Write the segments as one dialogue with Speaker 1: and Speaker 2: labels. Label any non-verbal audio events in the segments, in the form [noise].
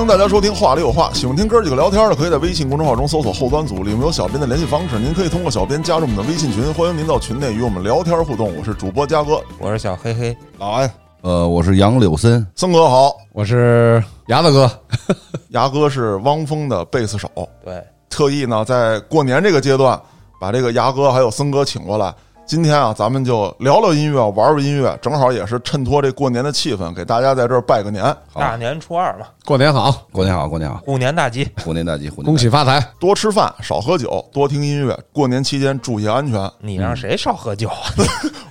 Speaker 1: 迎大家收听《话里有话》，喜欢听哥几个聊天的，可以在微信公众号中搜索“后端组”，里面有小编的联系方式，您可以通过小编加入我们的微信群，欢迎您到群内与我们聊天互动。我是主播嘉哥，
Speaker 2: 我是小黑黑，
Speaker 3: 老安，
Speaker 4: 呃，我是杨柳森，
Speaker 1: 森哥好，
Speaker 3: 我是牙子哥，
Speaker 1: 牙哥是汪峰的贝斯手，
Speaker 2: 对，
Speaker 1: 特意呢在过年这个阶段把这个牙哥还有森哥请过来。今天啊，咱们就聊聊音乐，玩玩音乐，正好也是衬托这过年的气氛，给大家在这儿拜个年，
Speaker 2: 大年初二嘛，
Speaker 3: 过年好，
Speaker 4: 过年好，过年好，
Speaker 2: 虎年大吉，
Speaker 4: 虎年大吉，虎年
Speaker 3: 恭
Speaker 4: 大吉
Speaker 3: 喜发财。
Speaker 1: 多吃饭，少喝酒，多听音乐。过年期间注意安全。
Speaker 2: 你让谁少喝 [laughs] 酒啊？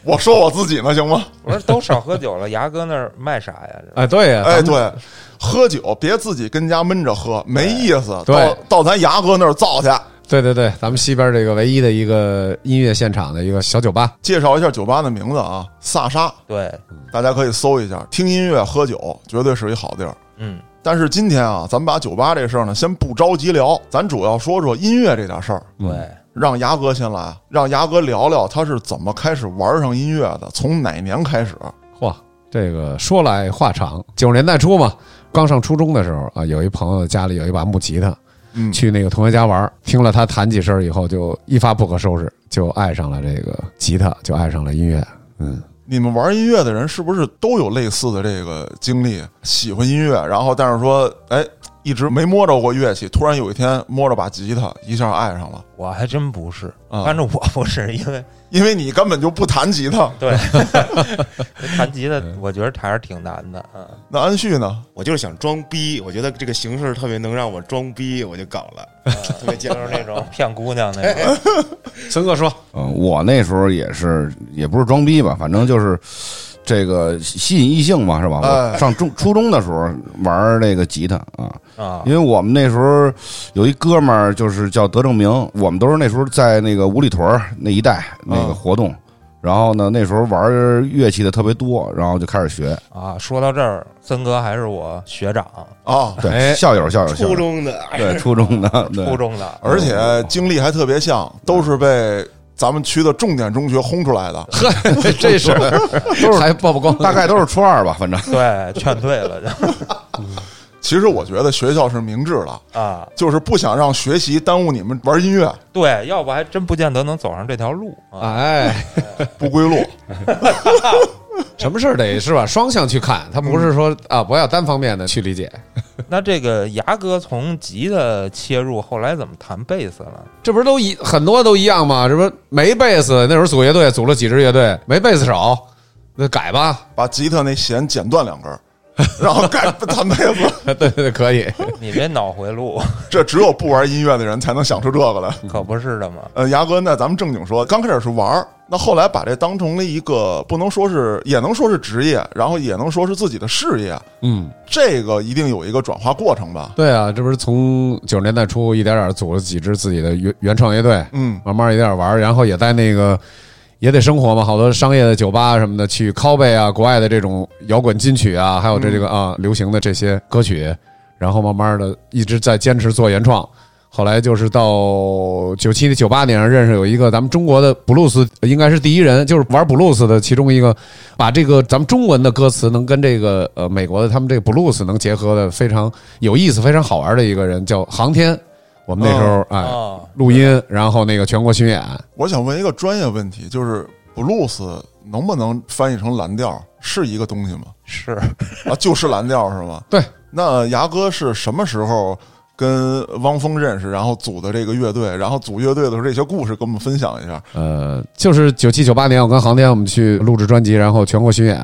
Speaker 1: 我说我自己呢，行吗？
Speaker 2: 我说都少喝酒了，牙哥那儿卖啥呀？这
Speaker 3: 哎，对呀，
Speaker 1: 哎，
Speaker 3: 咱们，
Speaker 1: 对，喝酒别自己跟家闷着喝，没意思。
Speaker 3: 对
Speaker 1: 到到咱牙哥那儿造去。
Speaker 3: 对对对，咱们西边这个唯一的一个音乐现场的一个小酒吧，
Speaker 1: 介绍一下酒吧的名字啊，萨沙，
Speaker 2: 对，
Speaker 1: 大家可以搜一下，听音乐喝酒绝对是一好地儿。
Speaker 2: 嗯，
Speaker 1: 但是今天啊，咱们把酒吧这事儿呢，先不着急聊，咱主要说说音乐这点事儿。
Speaker 2: 对，
Speaker 1: 让牙哥先来，啊让牙哥聊聊他是怎么开始玩上音乐的，从哪年开始？啊
Speaker 3: 嚯，这个说来话长，九十年代初嘛，刚上初中的时候啊，有一朋友家里有一把木吉他，
Speaker 1: 嗯，
Speaker 3: 去那个同学家玩儿，听了他弹几声以后，就一发不可收拾，就爱上了这个吉他，就爱上了音乐。嗯，
Speaker 1: 你们玩音乐的人是不是都有类似的这个经历？喜欢音乐，然后但是说，哎，一直没摸着过乐器，突然有一天摸着把吉他，一下爱上了。
Speaker 2: 我还真不是，
Speaker 1: 啊
Speaker 2: 反正我不是，因 [laughs] 为
Speaker 1: 因为你根本就不弹吉他。
Speaker 2: 对弹吉他，我觉得还是挺难的，嗯，
Speaker 1: 那安旭呢？
Speaker 5: 我就是想装逼，我觉得这个形式特别能让我装逼，我就搞
Speaker 3: [laughs]
Speaker 5: 了， [laughs] 特别简
Speaker 2: 就是
Speaker 5: 单。
Speaker 2: 那种骗姑娘那种，
Speaker 3: 森哥说，
Speaker 4: 嗯，我那时候也是，也不是装逼吧，反正就是这个吸引异性嘛，是吧？
Speaker 1: 哎
Speaker 4: 我上中初中的时候玩这个吉他啊，
Speaker 2: 啊
Speaker 4: 因，为我们那时候有一哥们儿，就是叫德正明，我们都是那时候在那个五里屯儿那一带那个活动。然后呢，那时候玩乐器的特别多，然后就开始学。
Speaker 2: 啊，说到这儿，森哥还是我学长，
Speaker 1: 啊，
Speaker 4: 对，
Speaker 3: 哎
Speaker 4: 校友，校友，校
Speaker 5: 初
Speaker 4: 友，
Speaker 5: 中的，哎
Speaker 4: 对，初中的，对
Speaker 2: 初中的，
Speaker 1: 而且经历还特别像，都是被咱们区的重点中学轰出来的。
Speaker 3: 呵，这是都是还曝不光，
Speaker 4: 大概都是初二吧，反正。
Speaker 2: 对，劝退了就
Speaker 1: 其实我觉得学校是明智的，
Speaker 2: 啊，
Speaker 1: 就是不想让学习耽误你们玩音乐
Speaker 2: 对，要不还真不见得能走上这条路啊，
Speaker 3: 哎，
Speaker 1: 不归路。
Speaker 3: 什么事儿得是吧？双向去看，他不是说啊，不要单方面的去理解。
Speaker 2: 那这个牙哥从吉他切入，后来怎么弹贝斯了？
Speaker 3: 这不是都一很多都一样吗？这不是没贝斯，那时候组乐队组了几支乐队，没贝斯手，那改吧。 [laughs]
Speaker 1: 把吉他那弦剪断两根儿，然后盖弹被子。
Speaker 3: 对对对，可以。
Speaker 2: 你别脑回路，
Speaker 1: 这只有不玩音乐的人才能想出这个来。
Speaker 2: 可不是的嘛。
Speaker 1: 呃，牙哥，那咱们正经说，刚开始是玩儿，那后来把这当成了一个不能说是，也能说是职业，然后也能说是自己的事业，
Speaker 3: 嗯，
Speaker 1: 这个一定有一个转化过程吧？
Speaker 3: 对啊，这不是从九十年代初一点点组了几支自己的原原创乐队，
Speaker 1: 嗯，
Speaker 3: 慢慢一点玩，然后也在那个也得生活嘛，好多商业的酒吧什么的去 copy 啊，国外的这种摇滚金曲啊，还有这这个啊流行的这些歌曲，然后慢慢的一直在坚持做原创。后来就是到九七九八年认识有一个咱们中国的布鲁斯，应该是第一人，就是玩布鲁斯的其中一个，把这个咱们中文的歌词能跟这个呃美国的他们这个布鲁斯能结合的非常有意思、非常好玩的一个人叫航天。我们那时候、哎、
Speaker 2: 哦
Speaker 3: 录音，然后那个全国巡演，
Speaker 1: 我想问一个专业问题，就是 blues 能不能翻译成蓝调，是一个东西吗？
Speaker 2: 是
Speaker 1: 啊，就是蓝调是吗？
Speaker 3: 对。
Speaker 1: 那牙哥是什么时候跟汪峰认识，然后组的这个乐队，然后组乐队的时候这些故事跟我们分享一下？
Speaker 3: 呃，就是九七九八年，我跟航天我们去录制专辑，然后全国巡演。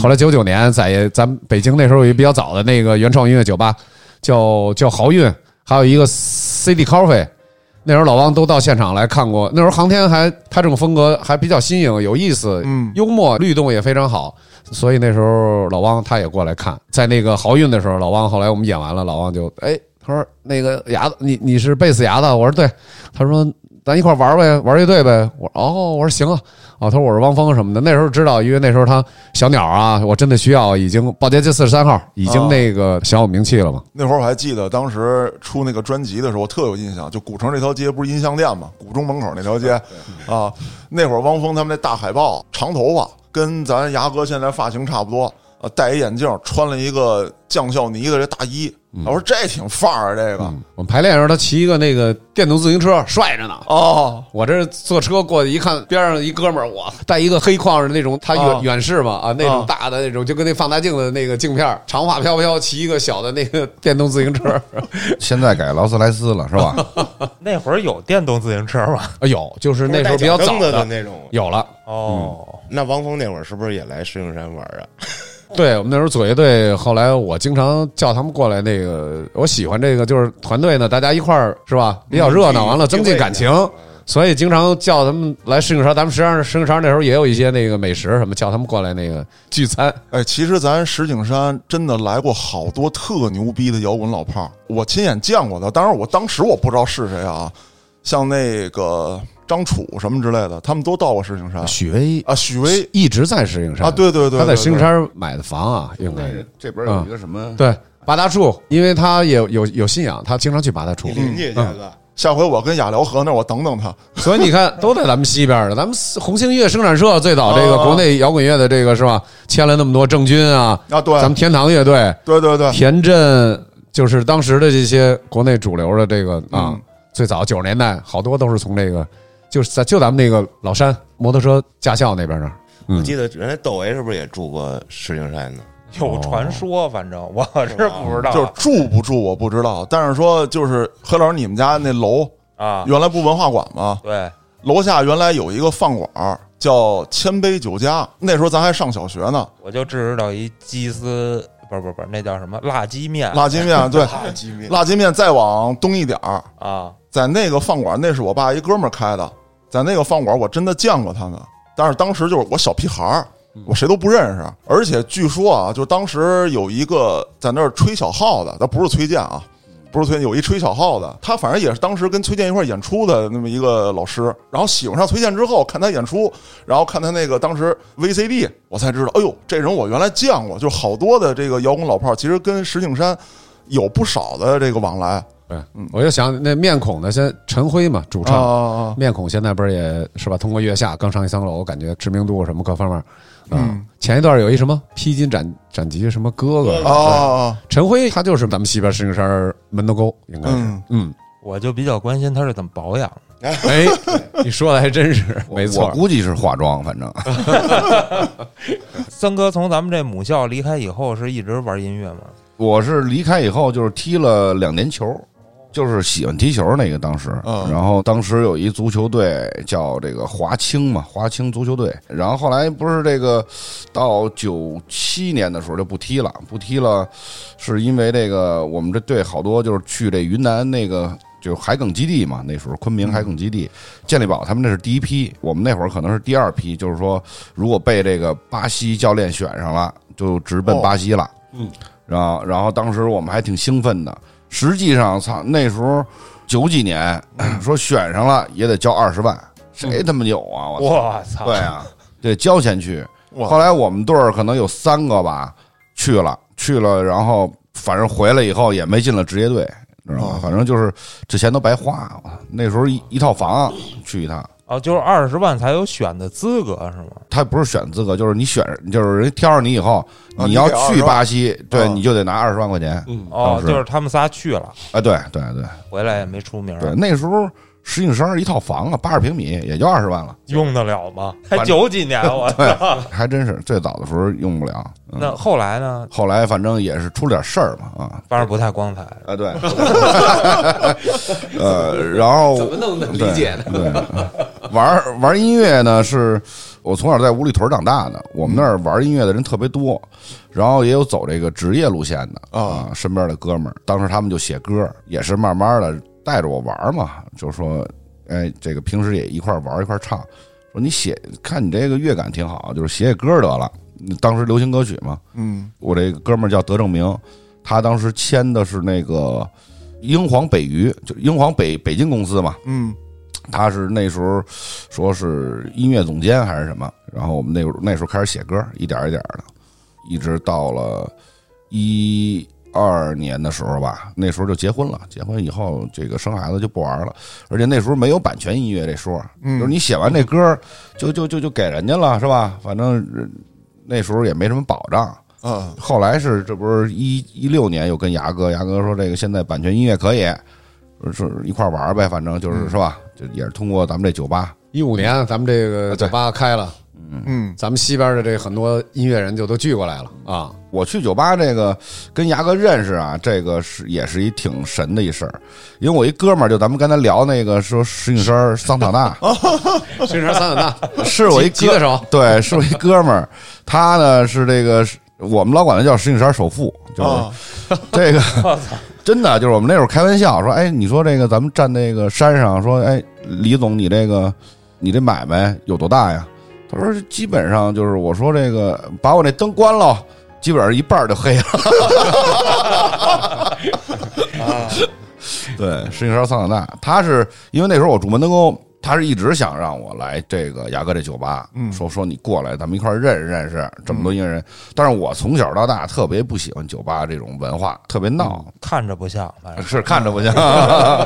Speaker 3: 后来九九年在咱们北京那时候有一比较早的那个原创音乐酒吧，叫叫豪运，还有一个 CD Coffee。那时候老汪都到现场来看过，那时候航天还他这种风格还比较新颖、有意思，
Speaker 1: 嗯
Speaker 3: 幽默律动也非常好，所以那时候老汪他也过来看，在那个豪运的时候，老汪后来我们演完了，老汪就哎，他说那个牙子，你你是贝斯牙子，我说对，他说咱一块儿玩呗，玩乐队呗，我说哦，我说行啊，哦，他说我是汪峰什么的，那时候知道，因为那时候他小鸟啊，我真的需要已经报捷街四十三号已经那个小有名气了嘛，
Speaker 5: 哦
Speaker 1: 那会儿我还记得，当时出那个专辑的时候，我特有印象。就古城这条街不是音像店嘛，古中门口那条街啊，那会儿汪峰他们那大海报，长头发，跟咱牙哥现在发型差不多。呃，戴一眼镜，穿了一个将校呢的这大衣，我说这挺范儿啊，这个、
Speaker 3: 嗯我们排练的时候，他骑一个那个电动自行车，帅着呢。
Speaker 1: 哦，
Speaker 3: 我这坐车过去一看，边上一哥们儿，哇，戴一个黑框的那种，他远、
Speaker 5: 哦
Speaker 1: 啊
Speaker 3: 远视嘛啊，那种
Speaker 1: 啊
Speaker 3: 大的那种，就跟那放大镜的那个镜片儿，长发飘飘，骑一个小的那个电动自行车。
Speaker 5: [laughs]
Speaker 4: 现在改劳斯莱斯了是吧？
Speaker 2: 那会儿有电动自行车吗？
Speaker 3: 啊，有，就是 [laughs]
Speaker 5: 不
Speaker 3: 那时
Speaker 5: 是带
Speaker 3: 候比较
Speaker 5: 脚
Speaker 3: 早
Speaker 5: 蹬子的那种。
Speaker 3: 有了。
Speaker 2: 哦，
Speaker 5: 那汪峰那会儿是不是也来石景山玩啊？
Speaker 3: 对我们那时候左乐队，后来我经常叫他们过来，那个我喜欢这个，就是团队呢，大家一块儿是吧，比较热闹，完了增进感情，所以经常叫他们来石景山。咱们实际上石景山那时候也有一些那个美食什么，叫他们过来那个聚餐。
Speaker 1: 哎，其实咱石景山真的来过好多特牛逼的摇滚老炮儿，我亲眼见过的。当然，我当时我不知道是谁啊，像那个张楚什么之类的，他们都到过石景山
Speaker 3: 许巍
Speaker 1: 啊。许巍
Speaker 3: 一直在石景山
Speaker 1: 啊，对对对，
Speaker 3: 他在
Speaker 1: 对
Speaker 3: 石景，山买的房啊，
Speaker 4: 嗯
Speaker 3: 应该是
Speaker 4: 这边有一个什么？
Speaker 3: 对八大处，因为他也有有有信仰，他经常去八大处
Speaker 5: 你。邻居家哥，
Speaker 1: 对下回我跟雅辽河那儿我等等他。
Speaker 3: [laughs] 所以你看，都在咱们西边儿的。咱们红星音乐生产社最早这个
Speaker 1: 啊
Speaker 3: 国内摇滚乐的这个是吧？签了那么多郑钧啊，
Speaker 1: 啊，对，
Speaker 3: 咱们天堂乐队、
Speaker 1: 对对对，
Speaker 3: 田震，就是当时的这些国内主流的这个啊，
Speaker 1: 嗯
Speaker 3: 最早九十年代好多都是从这个，就是在就咱们那个老山摩托车驾校那边那儿。
Speaker 5: 我记得原来窦唯是不是也住过石景山呢？
Speaker 2: 有传说，反正我是不知道。啊
Speaker 1: 就是住不住我不知道，但是说就是黑老师你们家那楼
Speaker 2: 啊，
Speaker 1: 原来不文化馆吗？
Speaker 2: 对，
Speaker 1: 楼下原来有一个饭馆儿叫千杯酒家，那时候咱还上小学呢。
Speaker 2: 我就知道一鸡丝，不不不，那叫什么辣鸡面
Speaker 1: 辣鸡面，对，
Speaker 5: 大鸡面
Speaker 1: 哎辣鸡面再往东一点儿，
Speaker 2: 啊，
Speaker 1: 在那个饭馆，那是我爸一哥们儿开的，在那个饭馆我真的见过他们，但是当时就是我小屁孩儿，我谁都不认识，而且据说啊，就当时有一个在那儿吹小号的，他不是崔健啊。不是崔健，有一吹小号的，他反正也是当时跟崔健一块儿演出的那么一个老师，然后喜欢上崔健之后，看他演出，然后看他那个当时 VCD，我才知道，哎呦，这人我原来见过，就好多的这个摇滚老炮儿，其实跟石景山有不少的这个往来
Speaker 3: 对，
Speaker 1: 嗯
Speaker 3: 我就想那面孔呢，现在陈辉嘛，主
Speaker 1: 啊
Speaker 3: 唱，
Speaker 1: 啊啊
Speaker 3: 面孔现在不是也是吧？通过月下刚上一三楼，我感觉知名度什么各方面，嗯，前一段有一什么披荆斩斩棘什么哥哥，
Speaker 1: 啊啊啊！
Speaker 3: 陈辉他就是咱们西边石景山门头沟，应该是，
Speaker 1: 嗯
Speaker 3: 嗯，
Speaker 2: 我就比较关心他是怎么保养的。
Speaker 3: 哎， [laughs] 你说的还真是没
Speaker 4: 我
Speaker 3: 错，
Speaker 4: 估计是化妆，反正
Speaker 2: 森哥从咱们这母校离开以后，是一直玩音乐吗？
Speaker 4: 我是离开以后就是踢了两年球，就是喜欢踢球那个当时。
Speaker 1: 嗯
Speaker 4: 然后当时有一足球队叫这个华清嘛，华清足球队。然后后来不是这个到九七年的时候就不踢了，不踢了，是因为这个我们这队好多就是去这云南那个。就海埂基地嘛，那时候昆明海埂基地，健力宝他们那是第一批，我们那会儿可能是第二批。就是说，如果被这个巴西教练选上了，就直奔
Speaker 1: 哦
Speaker 4: 巴西了。然后然后当时我们还挺兴奋的。实际上，操，那时候九几年，
Speaker 1: 嗯
Speaker 4: 说选上了也得交二十万，谁他妈有啊？我操！
Speaker 2: 我操！
Speaker 4: 对啊，得交钱去。
Speaker 1: 哇
Speaker 4: 后来我们队儿可能有三个吧，去了去了，然后反正回来以后也没进了职业队，知道吗
Speaker 1: 哦？
Speaker 4: 反正就是这钱都白花。我操那时候一一套房去一趟，
Speaker 2: 哦，就是二十万才有选的资格是吗？
Speaker 4: 他不是选资格，就是你选，就是人挑上你以后，
Speaker 1: 啊
Speaker 4: 你要
Speaker 1: 你得20
Speaker 4: 去
Speaker 1: 万
Speaker 4: 巴西，对，
Speaker 1: 嗯
Speaker 4: 你就得拿二十万块钱。
Speaker 2: 哦
Speaker 4: 当，时
Speaker 2: 就是他们仨去了，
Speaker 4: 啊，对对对。
Speaker 2: 回来也没出名，
Speaker 4: 对，那时候石景山一套房啊，八十平米也就二十 [laughs] 万了，
Speaker 2: 用得了吗？还
Speaker 4: 反正
Speaker 2: 九几年我操！
Speaker 4: 还真是最早的时候用不了。嗯、
Speaker 2: 那后来呢？
Speaker 4: 后来反正也是出了点事儿嘛，啊
Speaker 2: 反正不太光彩。
Speaker 4: 啊对， [laughs] 呃，然后
Speaker 3: 弄的
Speaker 4: 对？对，嗯玩儿玩儿音乐呢，是我从小在五里屯长大的，我们那儿玩儿音乐的人特别多，然后也有走这个职业路线的
Speaker 1: 啊
Speaker 4: 啊，身边的哥们儿，当时他们就写歌，也是慢慢的带着我玩儿嘛，就说，哎，这个平时也一块儿玩儿一块儿唱，说你写，看你这个乐感挺好，就是写写歌得了，当时流行歌曲嘛，
Speaker 1: 嗯
Speaker 4: 我这个哥们儿叫德正明，他当时签的是那个英皇北娱，就英皇北北京公司嘛，
Speaker 1: 嗯
Speaker 4: 他是那时候说是音乐总监还是什么，然后我们那会儿那时候开始写歌，一点儿一点儿的，一直到了一二年的时候吧，那时候就结婚了。结婚以后，这个生孩子就不玩了，而且那时候没有版权音乐这说，
Speaker 1: 嗯
Speaker 4: 就是你写完这歌，就就就就给人家了，是吧？反正呃那时候也没什么保障，
Speaker 1: 嗯
Speaker 4: 后来是这不是一一六年又跟牙哥，牙哥说这个现在版权音乐可以，是一块儿玩儿呗，反正
Speaker 3: 嗯
Speaker 4: 就是、是吧？就也是通过咱们这酒吧，
Speaker 3: 一五年咱们这个酒吧开了，
Speaker 1: 嗯，
Speaker 3: 咱们西边的这很多音乐人就都聚过来了 [laughs] 啊。
Speaker 4: 我去酒吧这个跟牙哥认识啊，这个是也是一挺神的一事儿，因为我一哥们儿，就咱们刚才聊那个说石景山桑塔
Speaker 3: [laughs]
Speaker 4: 纳，
Speaker 3: 新城三 [laughs] 塔大，
Speaker 4: 是我一
Speaker 3: 哦吉
Speaker 4: 哥
Speaker 3: 吉他手，
Speaker 4: 对，是我一哥们儿，他呢是这个是我们老管他叫石景山首富，就是、
Speaker 3: 哦
Speaker 1: 啊
Speaker 4: 这个真的就是我们那会儿开玩笑说，哎，你说这个咱们站那个山上说，哎，李总你这个你这买卖有多大呀？他说基本上就是我说这个把我那灯关了，基本上一半儿就黑了。对，石景山桑塔纳，他是因为那时候我住门头沟，他是一直想让我来这个牙哥这酒吧，
Speaker 1: 嗯
Speaker 4: 说说你过来，咱们一块儿认识认识这么多音乐人。但是我从小到大特别不喜欢酒吧这种文化，特别闹，
Speaker 2: 看着不像，反正
Speaker 4: 是看着不像，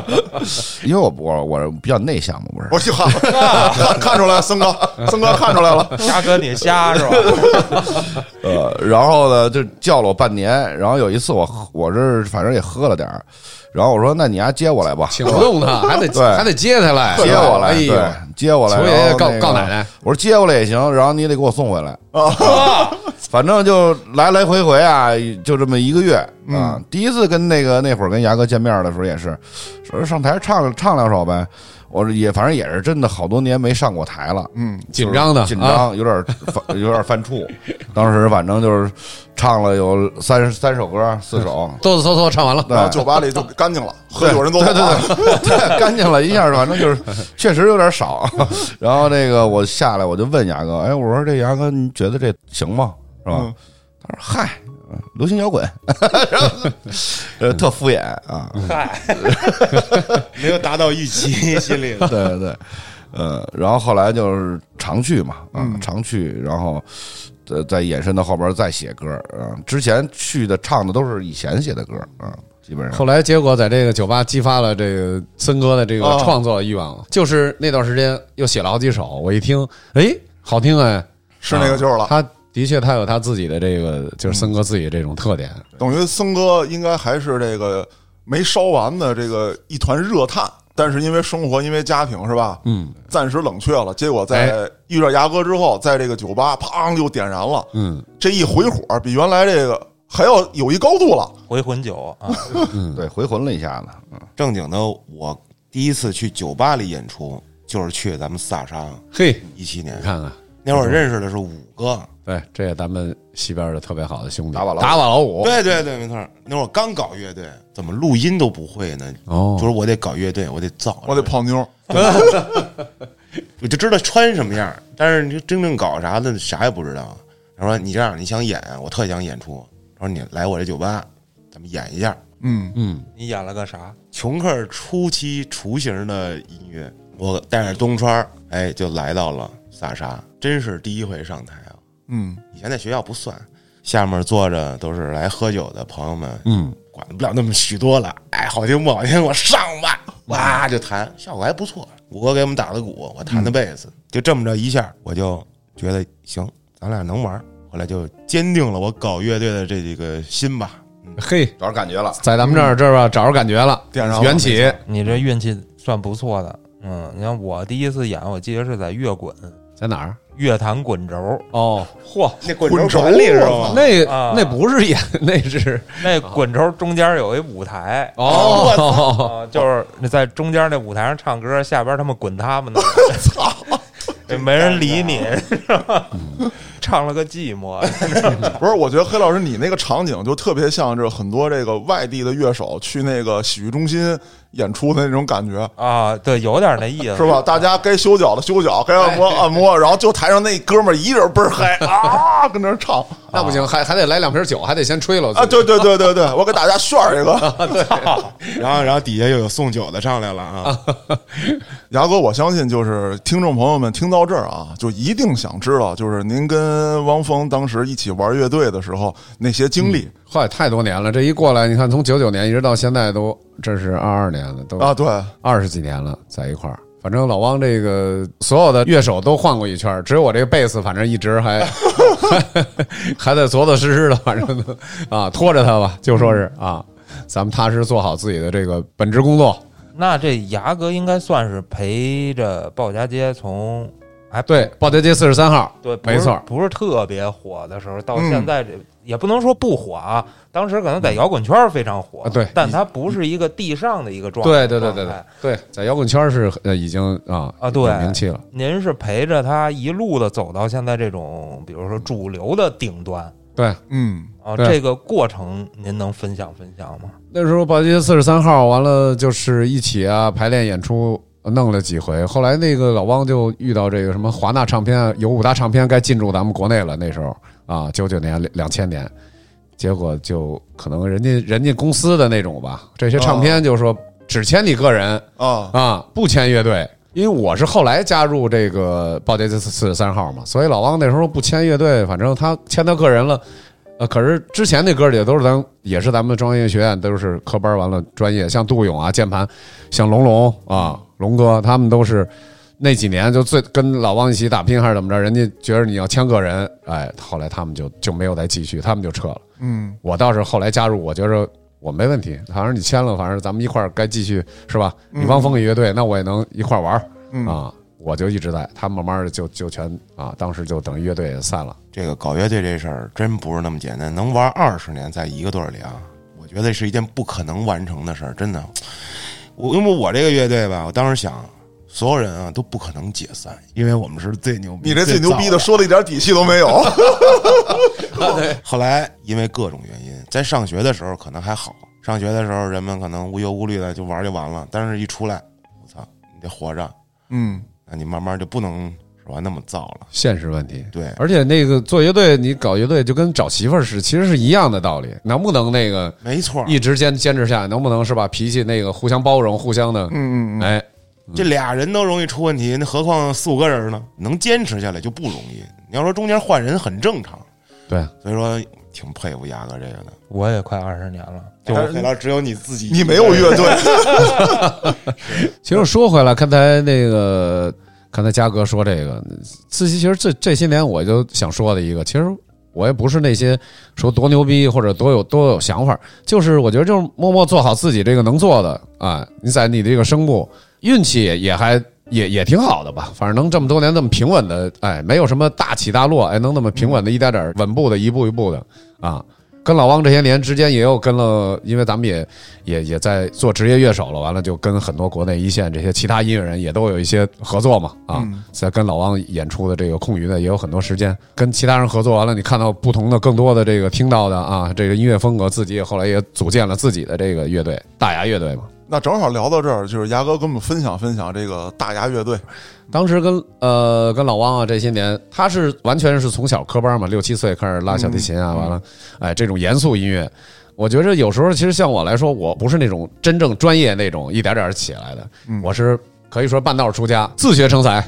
Speaker 4: [laughs] 因为我我我比较内向嘛，不是
Speaker 1: 我。去好，看 [laughs] 看出来，森哥，
Speaker 4: 嗯
Speaker 1: 森哥看出来了，
Speaker 2: 瞎哥你瞎是吧？
Speaker 4: [laughs] 呃，然后呢，就叫了我半年。然后有一次我喝我这反正也喝了点儿，然后我说那你丫接我来吧，
Speaker 3: 请不动 [laughs] 他，还
Speaker 4: 对
Speaker 3: 得还得接他来，
Speaker 4: 接我来，
Speaker 3: 哎呦，
Speaker 4: 对，接我来，
Speaker 3: 求爷
Speaker 4: 然
Speaker 3: 爷
Speaker 4: 后
Speaker 3: 告
Speaker 4: 那个
Speaker 3: 告奶奶，
Speaker 4: 我说接过来也行，然后你也得给我送回来啊， [laughs] 反正就来来回回啊，就这么一个月啊。第一次跟那个那会儿跟牙哥见面的时候也是，说上台唱唱两首呗。我说也反正也是真的好多年没上过台了，
Speaker 1: 嗯，
Speaker 3: 紧张的，
Speaker 4: 紧
Speaker 3: 啊，
Speaker 4: 张，有点犯有点犯怵。当时反正就是唱了有三三首歌四首，
Speaker 3: [laughs] 哆哆嗦嗦唱完了，
Speaker 4: 对
Speaker 1: 啊，酒吧里就干净了，喝酒人都
Speaker 4: [laughs] 对
Speaker 1: 走
Speaker 4: 对
Speaker 1: 了，
Speaker 4: 对对， [laughs] 干净了一下，反正
Speaker 5: [laughs]
Speaker 4: 就是确实有点少。 [laughs] 然后那个我下来我就问牙哥，哎，我说这牙哥你觉得这行吗？是吧？
Speaker 1: 嗯
Speaker 4: 他说嗨。流行摇滚， [laughs] 然后呃，特敷衍啊，
Speaker 5: 嗯
Speaker 4: [laughs]
Speaker 5: 没有达到预期，心里
Speaker 4: 对对对，呃，然后后来就是常去嘛，啊，
Speaker 5: 嗯
Speaker 4: 常去，然后呃再再延伸到后边再写歌啊，之前去的唱的都是以前写的歌啊，基本上
Speaker 3: 后来结果在这个酒吧激发了这个森哥的这个
Speaker 1: 哦
Speaker 3: 创作欲望，就是那段时间又写了好几首，我一听，哎，好听哎，
Speaker 1: 是那个劲儿了。
Speaker 3: 他的确他有他自己的这个，就是森哥自己这种特点，
Speaker 4: 嗯
Speaker 1: 等于森哥应该还是这个没烧完的这个一团热炭，但是因为生活，因为家庭，是吧？
Speaker 3: 嗯，
Speaker 1: 暂时冷却了。结果
Speaker 4: 哎
Speaker 1: 在遇着牙哥之后，在这个酒吧砰又点燃了，
Speaker 3: 嗯，
Speaker 1: 这一回火比原来这个还要有一高度了。
Speaker 2: 回魂酒啊，
Speaker 4: 对回魂了一下子，嗯
Speaker 5: 正经的。我第一次去酒吧里演出，就是去咱们四大沙
Speaker 3: 嘿，
Speaker 5: 一七年
Speaker 3: 你，看看，
Speaker 5: 那会儿认识的是五个，
Speaker 3: 对，这也咱们西边的特别好的兄弟，
Speaker 4: 打瓦老虎
Speaker 3: 打瓦老
Speaker 4: 哦
Speaker 3: 虎，
Speaker 5: 对对对，没错儿。那会儿刚搞乐队，怎么录音都不会呢？
Speaker 3: 哦
Speaker 5: 就是我得搞乐队，我得造，
Speaker 4: 哦
Speaker 1: 我得泡妞，
Speaker 5: 我就知道穿什么样儿，但是你真正搞啥的啥也不知道。他说你这样，你想演，我特想演出。他说你来我这酒吧，咱们演一下。
Speaker 1: 嗯，
Speaker 3: 嗯，
Speaker 2: 你演了个啥？
Speaker 5: 琼克尔初期雏形的音乐，我带着东川儿，哎，就来到了萨沙，真是第一回上台啊！
Speaker 1: 嗯，
Speaker 5: 以前在学校不算，下面坐着都是来喝酒的朋友们，
Speaker 3: 嗯，
Speaker 5: 管不了那么许多了，哎，好听不好听，我上吧，哇就弹，效果还不错。五哥给我们打的鼓，我弹的贝斯，就这么着一下，我就觉得行，咱俩能玩儿。后来就坚定了我搞乐队的这几个心吧。
Speaker 3: 嘿，
Speaker 4: 找着感觉了，
Speaker 3: 在咱们这儿这儿吧找着感觉了，
Speaker 1: 点上了
Speaker 3: 缘起，
Speaker 2: 你这运气算不错的，嗯，你看我第一次演，我记得是在乐滚
Speaker 3: 在哪儿？
Speaker 2: 乐坛滚轴，
Speaker 3: 哦，嚯，
Speaker 5: 那滚
Speaker 1: 轴管理
Speaker 5: 里
Speaker 1: 是
Speaker 5: 是
Speaker 1: 吧 [laughs]
Speaker 5: 吧？
Speaker 3: 那
Speaker 2: 啊
Speaker 3: 那不是演， [laughs] 那是
Speaker 2: 那滚轴中间有一舞台。啊，
Speaker 3: 哦，
Speaker 2: 就是你在中间那舞台上唱歌，下边他们滚他
Speaker 3: [laughs]
Speaker 2: 们的，操，没人理你，
Speaker 3: 哎
Speaker 2: 是吧？唱了个寂寞，
Speaker 1: 不是，我觉得黑老师你那个场景就特别像这很多这个外地的乐手去那个洗浴中心演出的那种感觉。
Speaker 2: 啊，对，有点那意思，
Speaker 1: 是吧？？大家该修脚的修脚，该按摩按摩，然后就台上那哥们儿一人倍儿嗨啊，跟那儿唱
Speaker 3: 那不 [laughs] 行，还还得来两瓶酒，还得先吹了
Speaker 1: 啊！对对对对对，我给大家炫一个。
Speaker 5: 然后，然后底下又有送酒的上来了啊！
Speaker 1: 牙哥，我相信就是听众朋友们听到这儿啊，就一定想知道，就是您跟汪峰当时一起玩乐队的时候那些经历、
Speaker 3: 坏太多年了，这一过来，你看从九九年一直到现在都，这是二二年了，都
Speaker 1: 啊。对，
Speaker 3: 二十几年了，在一块儿。反正老汪这个所有的乐手都换过一圈儿，只有我这个贝斯，反正一直还 [laughs] 还还在左左实实的，反正都啊拖着他吧，就说是啊，咱们踏实做好自己的这个本职工作。
Speaker 2: 那这牙哥应该算是陪着鲍家街从还
Speaker 3: 对，鲍家街四十三号，
Speaker 2: 对，不
Speaker 3: 没
Speaker 2: 是
Speaker 3: 错儿，
Speaker 2: 不是特别火的时候，到
Speaker 1: 嗯
Speaker 2: 现在这、也不能说不火啊。当时可能在摇滚圈非常火，
Speaker 3: 啊对
Speaker 2: 但它不是一个地上的一个状态。
Speaker 3: 对对对对
Speaker 2: 状态
Speaker 3: 对对，在摇滚圈是呃已经啊
Speaker 2: 啊对
Speaker 3: 有名气了，
Speaker 2: 您是陪着他一路的走到现在这种，比如说主流的顶端
Speaker 3: 对。
Speaker 1: 嗯，
Speaker 2: 啊，
Speaker 3: 对
Speaker 2: 这个过程您能分享分享吗？
Speaker 3: 那时候宝鸡四十三号完了，就是一起啊排练演出，弄了几回。后来那个老汪就遇到这个什么华纳唱片啊，有五大唱片该进驻咱们国内了。那时候啊，九九年、两千年，结果就可能人家人家公司的那种吧，这些唱片就说只签你个人
Speaker 1: 啊，
Speaker 3: 啊，不签乐队。因为我是后来加入这个报捷四十三号嘛，所以老汪那时候不签乐队，反正他签他个人了。呃，可是之前那哥儿也都是咱，也是咱们中央音乐学院，都是科班完了专业，像杜勇啊键盘，像龙龙啊龙哥，他们都是那几年就最跟老汪一起打拼还是怎么着，人家觉得你要签个人，哎，后来他们就就没有再继续，他们就撤了。
Speaker 1: 嗯，
Speaker 3: 我倒是后来加入，我觉着我没问题，反正你签了，反正咱们一块儿该继续是吧？你汪峰也乐队，那我也能一块儿玩儿、啊。我就一直在，他慢慢的就就全啊，当时就等于乐队也散了。
Speaker 5: 这个搞乐队这事儿真不是那么简单，能玩二十年在一个队儿里啊，我觉得是一件不可能完成的事儿，真的。我因为我这个乐队吧，我当时想，所有人啊都不可能解散，因为我们是最牛逼，
Speaker 1: 你这最牛逼
Speaker 5: 早
Speaker 1: 的说的一点底气都没有，
Speaker 5: 后来因为各种原因，在上学的时候可能还好，上学的时候人们可能无忧无虑的就玩就完了，但是一出来，我操，你得活着，
Speaker 1: [laughs] 嗯，
Speaker 5: 那你慢慢就不能是吧那么燥了。
Speaker 3: 现实问题，
Speaker 5: 对
Speaker 3: 而且那个做乐队，你搞乐队就跟找媳妇儿是其实是一样的道理，能不能那个
Speaker 5: 没错儿，
Speaker 3: 一直坚坚持下来，能不能是吧？脾气那个互相包容，互相的，嗯嗯，哎，
Speaker 5: 这俩人都容易出问题，那何况四五个人呢？能坚持下来就不容易。你要说中间换人很正常，
Speaker 3: 对，
Speaker 5: 所以说挺佩服牙哥这个的。
Speaker 2: 我也快二十年了，
Speaker 5: 就回到只有你自己，
Speaker 1: 你没有乐队，
Speaker 5: [laughs]
Speaker 3: 其实说回来，刚才那个，刚才嘉哥说这个，自己其实这这些年我就想说的一个，其实我也不是那些说多牛逼或者多有多有想法，就是我觉得就是默默做好自己这个能做的啊，你在你这个声部运气也也还。也也挺好的吧，反正能这么多年这么平稳的，哎，没有什么大起大落，哎，能那么平稳的一点点稳步的一步一步的啊，跟老汪这些年之间也有跟了，因为咱们也也也在做职业乐手了，完了就跟很多国内一线这些其他音乐人也都有一些合作嘛啊，在跟老王演出的这个空余的也有很多时间跟其他人合作，完了你看到不同的、更多的这个听到的啊，这个音乐风格，自己也后来也组建了自己的这个乐队，大牙乐队嘛。
Speaker 1: 那正好聊到这儿，就是牙哥跟我们分享分享这个大牙乐队，
Speaker 3: 当时跟呃跟老汪啊这些年，他是完全是从小科班嘛，六七岁开始拉小提琴啊，完了，哎，这种严肃音乐，我觉着有时候其实像我来说，我不是那种真正专业那种一点点起来的，我是可以说半道出家，自学成才，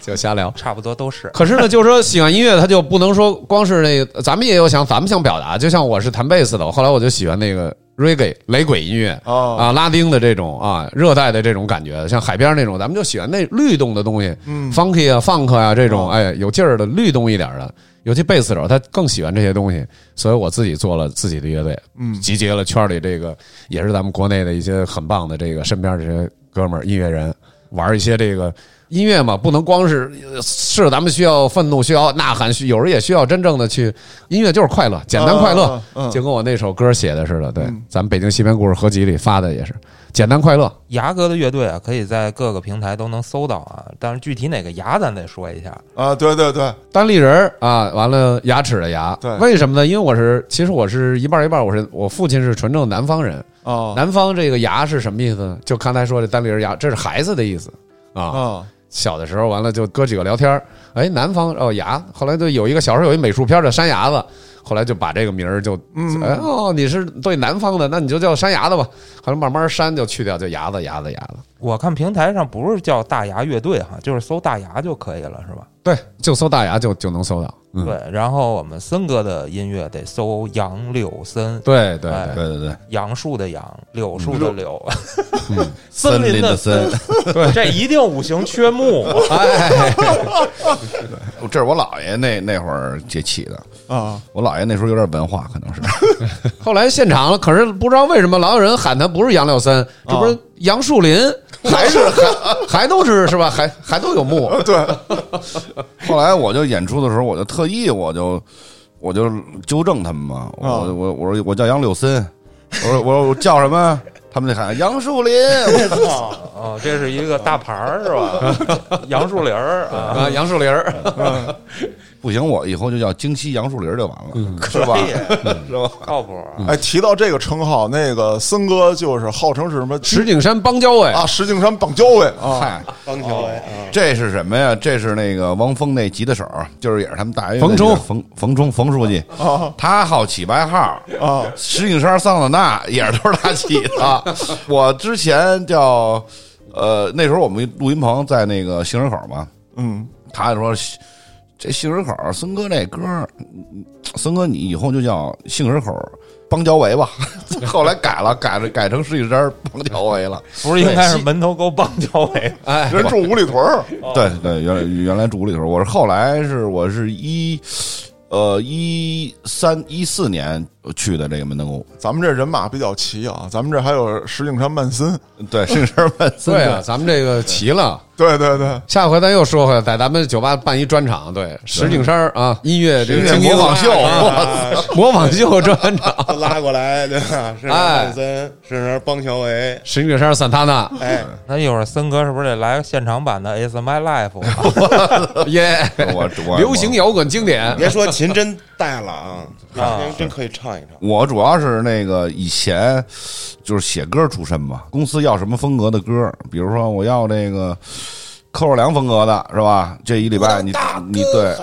Speaker 3: 就瞎聊。
Speaker 2: 差不多都是。
Speaker 3: 可是呢，就是说喜欢音乐，他就不能说光是那个，咱们也有想咱们想表达，就像我是弹贝斯的，我后来我就喜欢那个 reggae 雷鬼音乐
Speaker 1: 哦
Speaker 3: 啊，拉丁的这种啊，热带的这种感觉，像海边那种，咱们就喜欢那律动的东西，嗯，funky 啊，funk 啊这种，哎，有劲儿的律动一点的。尤其贝斯手，他更喜欢这些东西，所以我自己做了自己的乐队，嗯，集结了圈里这个也是咱们国内的一些很棒的这个身边这些哥们儿音乐人，玩一些这个音乐嘛，不能光是呃是咱们需要愤怒，需要呐喊，需有时候也需要真正的去音乐就是快乐，简单快乐
Speaker 1: 啊，嗯
Speaker 3: 就跟我那首歌写的似的。对，咱们北京西边故事合集里发的也是简单快乐。
Speaker 2: 牙哥的乐队啊，可以在各个平台都能搜到啊，但是具体哪个牙咱得说一下。
Speaker 1: 啊，对对对，
Speaker 3: 单立人儿啊，完了牙齿的牙，
Speaker 1: 对
Speaker 3: 为什么呢？因为我是，其实我是一半儿一半儿，我是我父亲是纯正南方人，
Speaker 1: 啊
Speaker 3: 南方这个牙是什么意思呢？就刚才说的单立人牙，这是孩子的意思啊。
Speaker 1: 啊，
Speaker 3: 小的时候完了就哥几个聊天儿，哎，南方哦牙，后来就有一个小时候有一美术片儿叫山牙子，后来就把这个名儿就，哎哦，你是对南方的，那你就叫山牙子吧。后来慢慢删就去掉，叫牙子牙子牙子。
Speaker 2: 我看平台上不是叫大牙乐队哈，就是搜大牙就可以了，是吧？
Speaker 3: 对，就搜大牙就就能搜到。嗯，
Speaker 2: 对，然后我们森哥的音乐得搜杨柳森，
Speaker 3: 对对
Speaker 2: 哎
Speaker 4: 对对对，
Speaker 2: 杨树的杨，柳树的柳，
Speaker 4: 嗯
Speaker 2: [laughs]
Speaker 4: 森
Speaker 2: 林
Speaker 4: 林的森，
Speaker 2: 这一定五行缺木。
Speaker 4: [laughs] 这是我姥爷那那会儿给起的。
Speaker 1: 啊，
Speaker 4: 我姥爷那时候有点文化，可能是 [laughs]
Speaker 3: 后来现场了，可是不知道为什么老有人喊他不是杨柳森，这不是杨树林，还是还还都是是吧？还还都有木，
Speaker 4: 后来我就演出的时候，我就特意我就我就纠正他们嘛，我、
Speaker 1: 啊
Speaker 4: 我我说我叫杨柳森， [laughs] 我说我说我叫什么？他们就喊杨树林，
Speaker 2: [laughs]
Speaker 4: [laughs]
Speaker 2: 哦，这是一个大牌儿是
Speaker 4: [laughs]
Speaker 2: 吧？杨树林儿啊，
Speaker 3: 啊，杨树林儿。 [laughs]
Speaker 4: 不行，我以后就叫京西杨树林就完了，是吧
Speaker 2: 可？以
Speaker 4: 是吧？
Speaker 2: 靠谱啊。
Speaker 1: 哎，提到这个称号，那个森哥就是号称是什么
Speaker 3: 石景山邦交哎委
Speaker 1: 啊，石景山绑交委啊，
Speaker 4: 嗨，哦
Speaker 5: 帮乔维啊，
Speaker 4: 这是什么呀？这是那个汪峰那吉他手，就是也是他们大爷
Speaker 3: 冯冲
Speaker 4: 冯冯冲冯书记，他好起外号
Speaker 1: 啊，
Speaker 4: 石景山桑塔纳也是都是他起的。我之前叫呃那时候我们录音棚在那个杏仁口嘛，
Speaker 1: 嗯，
Speaker 4: 他就说这杏仁口森哥那歌儿，嗯森哥你以后就叫杏仁口邦交维吧。 [laughs] 后来改了，改了改成石景山邦交维了。
Speaker 2: 不是应该是门头沟邦交委？
Speaker 1: 人住五里屯儿，
Speaker 4: 对对，原来原来住屋里头，我是后来是我是一呃一三一四年去的这个门头沟，
Speaker 1: 咱们这人马比较齐啊，咱们这还有石景山曼森，
Speaker 4: 对，是是万森
Speaker 3: 对啊，咱们这个齐了。
Speaker 1: 对对对，
Speaker 3: 下回咱又说回来，在咱们酒吧办一专场，对石景山儿啊，音乐这个
Speaker 4: 音乐
Speaker 3: 精英
Speaker 4: 模仿秀
Speaker 5: [laughs]
Speaker 3: 啊模仿秀专场， [laughs]
Speaker 5: 都拉过来对吧？是
Speaker 3: 哎
Speaker 5: 曼森，是那帮乔维，
Speaker 3: 石景山儿散他那，
Speaker 5: 哎，
Speaker 2: 那一会儿森哥是不是得来个现场版的《It's My Life 啊》 [laughs]
Speaker 3: 耶，
Speaker 4: 我我
Speaker 3: 流行摇滚经典，
Speaker 5: 别说琴真带了啊，
Speaker 2: 啊
Speaker 5: 真真可以唱一唱。
Speaker 4: 我主要是那个以前就是写歌出身嘛，公司要什么风格的歌，比如说我要这个寇若良风格的是吧？这一礼拜你你对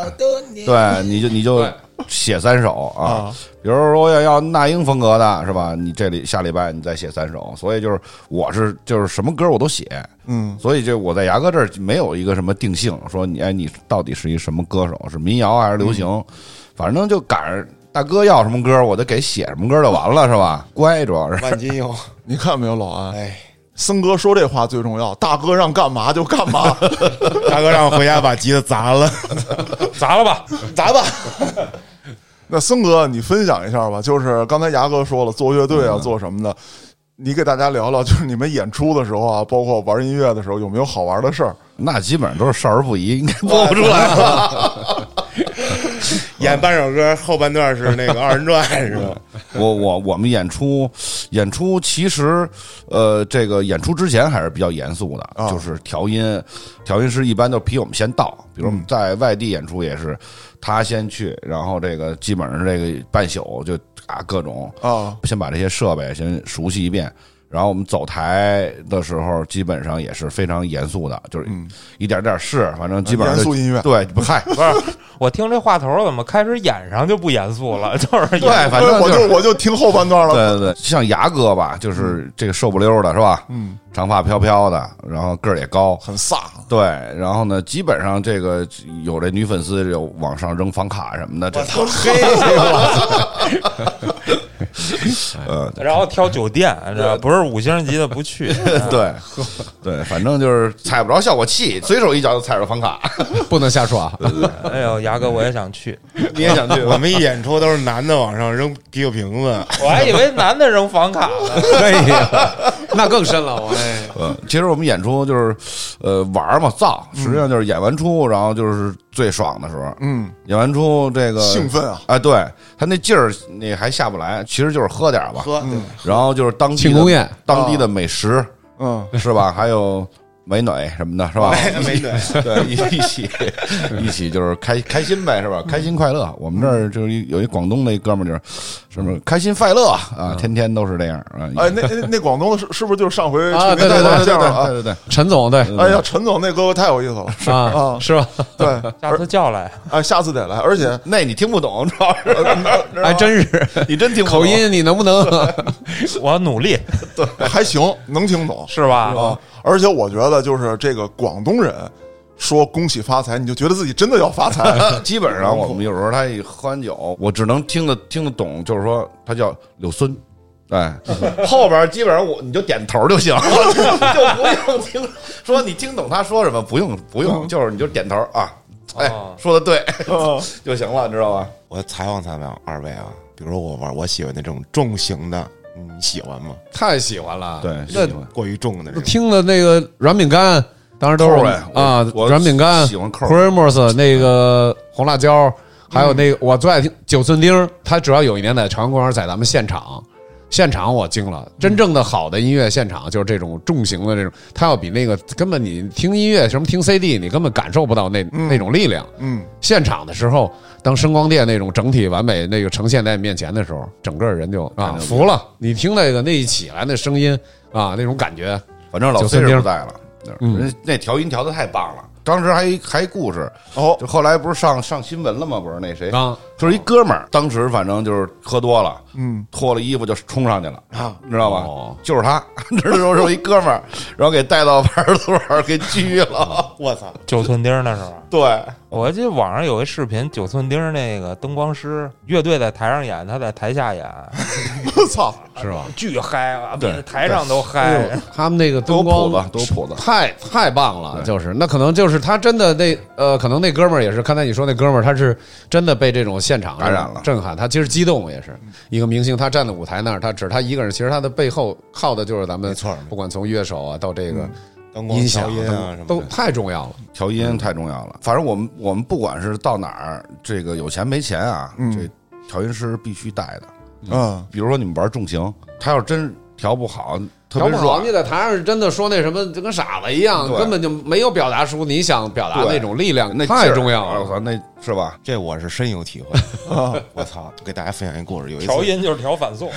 Speaker 4: 对，你就你就
Speaker 3: 对
Speaker 4: 写三首啊。比如说我要要那英风格的是吧？你这里下礼拜你再写三首，所以就是我是就是什么歌我都写，
Speaker 1: 嗯，
Speaker 4: 所以就我在牙哥这儿没有一个什么定性，说你哎你到底是一什么歌手，是民谣还是流行，
Speaker 5: 嗯
Speaker 4: 反正就赶上大哥要什么歌，我就给写什么歌就完了，是
Speaker 5: [laughs]
Speaker 4: 吧？乖，主要是
Speaker 5: 万金油，
Speaker 1: 你看没有老安， [laughs]
Speaker 5: 哎，
Speaker 1: 森哥说这话最重要，大哥让干嘛就干嘛，
Speaker 5: 大哥让我回家把吉他砸了，
Speaker 2: 砸了吧！
Speaker 5: 砸吧。
Speaker 1: [laughs] 那森哥，你分享一下吧，就是刚才牙哥说了，做乐队啊，做什么的，你给大家聊聊，就是你们演出的时候啊，包括玩音乐的时候，有没有好玩的事儿？
Speaker 4: [laughs] 那基本上都是少儿不宜，应该播不出来了。
Speaker 5: 演半首歌，后半段是那个二人转，是
Speaker 1: 嗯
Speaker 5: 吧？
Speaker 4: 我我我们演出演出其实呃这个演出之前还是比较严肃的，
Speaker 1: 啊
Speaker 4: 就是调音，调音师一般都比我们先到，比如我们在外地演出也是他先去，然后这个基本上这个半宿就啊各种
Speaker 1: 啊，
Speaker 4: 先把这些设备先熟悉一遍。然后我们走台的时候，基本上也是非常严肃的，就是一点点试，反正基本上
Speaker 1: 嗯
Speaker 4: 就
Speaker 1: 严肃音乐
Speaker 4: 对，
Speaker 1: [laughs]
Speaker 4: 不嗨，
Speaker 2: 不是，我听这话头儿怎么开始演上就不严肃了？就是
Speaker 4: 对，
Speaker 2: 演
Speaker 4: 反正
Speaker 1: 我
Speaker 4: 是
Speaker 1: 就我就听后半段了。
Speaker 4: 对对对，像牙哥吧，就是这个瘦不溜的是吧？
Speaker 1: 嗯，
Speaker 4: 长发飘飘的，然后个儿也高，
Speaker 1: 很飒，
Speaker 5: 啊
Speaker 4: 对，然后呢，基本上这个有这女粉丝就往上扔房卡什么的，这
Speaker 5: 操，黑！
Speaker 4: 呃，
Speaker 2: 然后挑酒店，这不是五星级的不去。
Speaker 4: 对
Speaker 5: [laughs]
Speaker 4: 对，反正就是踩不着效果器，随手一脚就踩着房卡，
Speaker 3: 不能瞎说 [laughs] 啊。
Speaker 2: 哎呦，牙哥，我也想去，
Speaker 4: 你也想去
Speaker 5: [laughs] 我
Speaker 4: 吗？
Speaker 5: 们一演出都是男的往上扔啤酒瓶子，
Speaker 2: 我还以为男的扔房卡 [laughs] 呢。
Speaker 3: 哎呀，那更深了，我
Speaker 4: [laughs] 呃，其实我们演出就是，呃，玩儿嘛，造，
Speaker 5: 嗯
Speaker 4: 实际上就是演完出，然后就是最爽的时候，
Speaker 1: 嗯，
Speaker 4: 演完出这个
Speaker 1: 兴奋啊，
Speaker 4: 哎，对他那劲儿，你还下不来，其实就是喝点儿吧，
Speaker 1: 嗯
Speaker 5: 喝，
Speaker 4: 然后就是当地
Speaker 3: 庆
Speaker 4: 的
Speaker 3: 功宴
Speaker 4: 哦当地的美食、
Speaker 1: 嗯，
Speaker 4: [laughs] 是吧？还有美女什么的，是吧？
Speaker 5: 没
Speaker 4: [laughs]
Speaker 5: 对，
Speaker 4: 对，一一 [laughs] 起一起就是开开心呗，是吧？开心快乐。我们这儿就是一有一广东的一哥们儿，就是什么开心快乐啊，天天都是这样啊。
Speaker 1: 哎，那那那广东的是是不是就是上回
Speaker 3: 啊
Speaker 1: 去您带
Speaker 3: 对
Speaker 1: 的
Speaker 3: 对
Speaker 1: 那相声
Speaker 4: 对
Speaker 1: 啊？
Speaker 4: 对对，
Speaker 3: 陈总对
Speaker 1: 哎呀，陈总那哥哥太有意思了，
Speaker 3: 啊
Speaker 4: 哦
Speaker 1: 啊
Speaker 3: 嗯是吧？
Speaker 1: 对，
Speaker 2: 下次叫来，
Speaker 1: 哎，下次得来，而
Speaker 4: [laughs]
Speaker 1: 且
Speaker 4: 那你听不懂，主要是
Speaker 3: 还真是
Speaker 4: 你 [laughs] 真听不懂
Speaker 3: 口。音，你能不能？ [laughs]
Speaker 2: 我努力
Speaker 1: 还行，能听懂
Speaker 2: 是吧？
Speaker 1: 啊。而且我觉得就是这个广东人说恭喜发财，你就觉得自己真的要发财 [laughs]
Speaker 4: 呃基本上我们有时候他一喝完酒，我只能听得听得懂，就是说他叫柳孙。哎， [laughs] 后边基本上我你就点头就行， [laughs] 就不用听说你听懂他说什么，不用不用，就是你就点头啊，哎
Speaker 2: 哦，
Speaker 4: 说的对就行了，你知道吧？
Speaker 5: 我采访采访二位啊，比如说我玩我喜欢的这种重型的，你喜欢吗？
Speaker 3: 太喜欢了，
Speaker 4: 那
Speaker 5: 过于重的这种，
Speaker 3: 听的那个软饼干，当时都是
Speaker 4: 扣呗我
Speaker 3: 啊，
Speaker 4: 我
Speaker 3: 软饼干，
Speaker 4: 喜欢扣
Speaker 3: c r e m o s 那个红辣椒，还有那个我最爱听九寸钉，他主要有一年在朝阳公园在咱们现场。现场我惊了，真正的好的音乐现场就是这种重型的这种，它要比那个根本你听音乐什么听 CD，你根本感受不到那、那种力量。
Speaker 1: 嗯，
Speaker 3: 现场的时候，当声光电那种整体完美那个呈现在你面前的时候，整个人就啊服了。你听那个那一起来那声音啊，那种感觉，
Speaker 4: 反正老
Speaker 3: 九
Speaker 4: 崔
Speaker 3: 寸
Speaker 4: 是
Speaker 3: 钉
Speaker 4: 不在了，人家那调音调的太棒了。当时还还一故事，
Speaker 1: 哦。
Speaker 4: 就后来不是上上新闻了吗？不是那谁
Speaker 3: 啊，
Speaker 4: 就是一哥们儿，当时反正就是喝多了，
Speaker 1: 嗯，
Speaker 4: 脱了衣服就冲上去了
Speaker 5: 啊，
Speaker 4: 你知道吧？
Speaker 3: 哦
Speaker 4: 就是他， [laughs] 那时候是我一哥们儿，然后给带到派出所给拘了。
Speaker 5: 我操，
Speaker 2: 九寸钉儿那时候。
Speaker 4: 对，
Speaker 2: 我记得网上有一视频，九寸钉儿那个灯光师乐队在台上演，他在台下演，
Speaker 1: 我操！
Speaker 3: 是吧？
Speaker 2: [laughs] 巨嗨啊，比
Speaker 4: 对
Speaker 2: 台上都
Speaker 3: 哎
Speaker 2: 嗨
Speaker 3: 呦。，他们那个
Speaker 4: 都
Speaker 3: 灯
Speaker 4: 谱
Speaker 3: 光
Speaker 4: 子，都谱子。
Speaker 3: 太太棒了，就是那可能就是他真的那呃，可能那哥们儿也是，刚才你说那哥们儿他是真的被这种现场
Speaker 4: 感染了
Speaker 3: 震撼。他其实激动也是一个明星，他站在舞台那儿，他只是他一个人，其实他的背后靠的就是咱们
Speaker 5: 没错儿
Speaker 3: 不管从乐手啊到这个
Speaker 5: 灯光
Speaker 3: 音
Speaker 5: 调
Speaker 3: 响
Speaker 5: 音啊什么
Speaker 3: 都
Speaker 5: 的，
Speaker 3: 太重要了。
Speaker 4: 调音太重要了。反正我们我们不管是到哪儿，这个有钱没钱啊，这调音师必须带的。
Speaker 1: 嗯，
Speaker 4: 比如说你们玩重型，他要真调不好，特
Speaker 3: 调
Speaker 4: 别
Speaker 3: 不好，
Speaker 4: 软
Speaker 3: 你，在台上是真的说那什么，就跟傻子一样，
Speaker 4: 对
Speaker 3: 根本就没有表达出你想表达
Speaker 4: 对
Speaker 3: 那种力量，
Speaker 4: 那
Speaker 3: 太
Speaker 4: 劲儿哎
Speaker 3: 重要
Speaker 4: 我
Speaker 3: [laughs] 了。
Speaker 4: 操，那是吧？ [laughs]
Speaker 5: 这我是深有体会。我操，给大家分享一故事，有一次
Speaker 2: 调音就是调反送，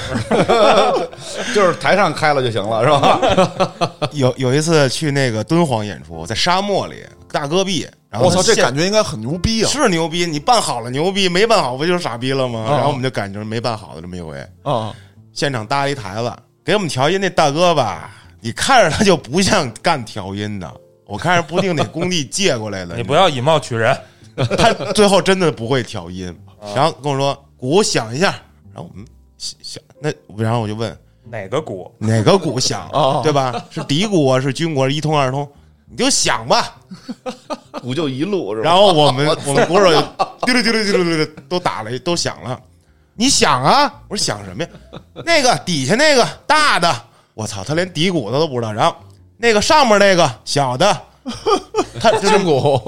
Speaker 4: 就是台上开了就行了，是吧？ [laughs]
Speaker 5: 有有一次去那个敦煌演出，在沙漠里大戈壁，然后
Speaker 1: 我操，这
Speaker 5: 现
Speaker 1: 感觉应该很牛逼啊！
Speaker 5: 是牛逼，你办好了牛逼，没办好不就是傻逼了吗？然后我们就感觉没办好的这么一回，
Speaker 1: 啊，
Speaker 5: 现场搭了一台子，给我们调音那大哥吧，你看着他就不像干调音的，我看着不定哪工地借过
Speaker 2: [laughs]
Speaker 5: 来的，
Speaker 2: 你不要以貌取人。
Speaker 5: [laughs] 他最后真的不会调音，
Speaker 4: 啊
Speaker 5: 然后跟我说鼓响一下，然后我们想想那，然后我就问
Speaker 2: 哪个鼓？
Speaker 5: 哪个鼓响
Speaker 4: 啊
Speaker 1: 哦，
Speaker 5: 对吧？是底鼓啊，是军鼓啊，是一通二通，你就响吧。
Speaker 4: 鼓就一路是吧？
Speaker 5: 然后我们我们鼓手就丢溜丢溜丢溜丢溜都打了一，都响了。你想啊？我说想什么呀？那个底下那个大的，我操，他连底鼓他都不知道。然后那个上面那个小的，他就
Speaker 3: 军
Speaker 5: 是
Speaker 3: 鼓，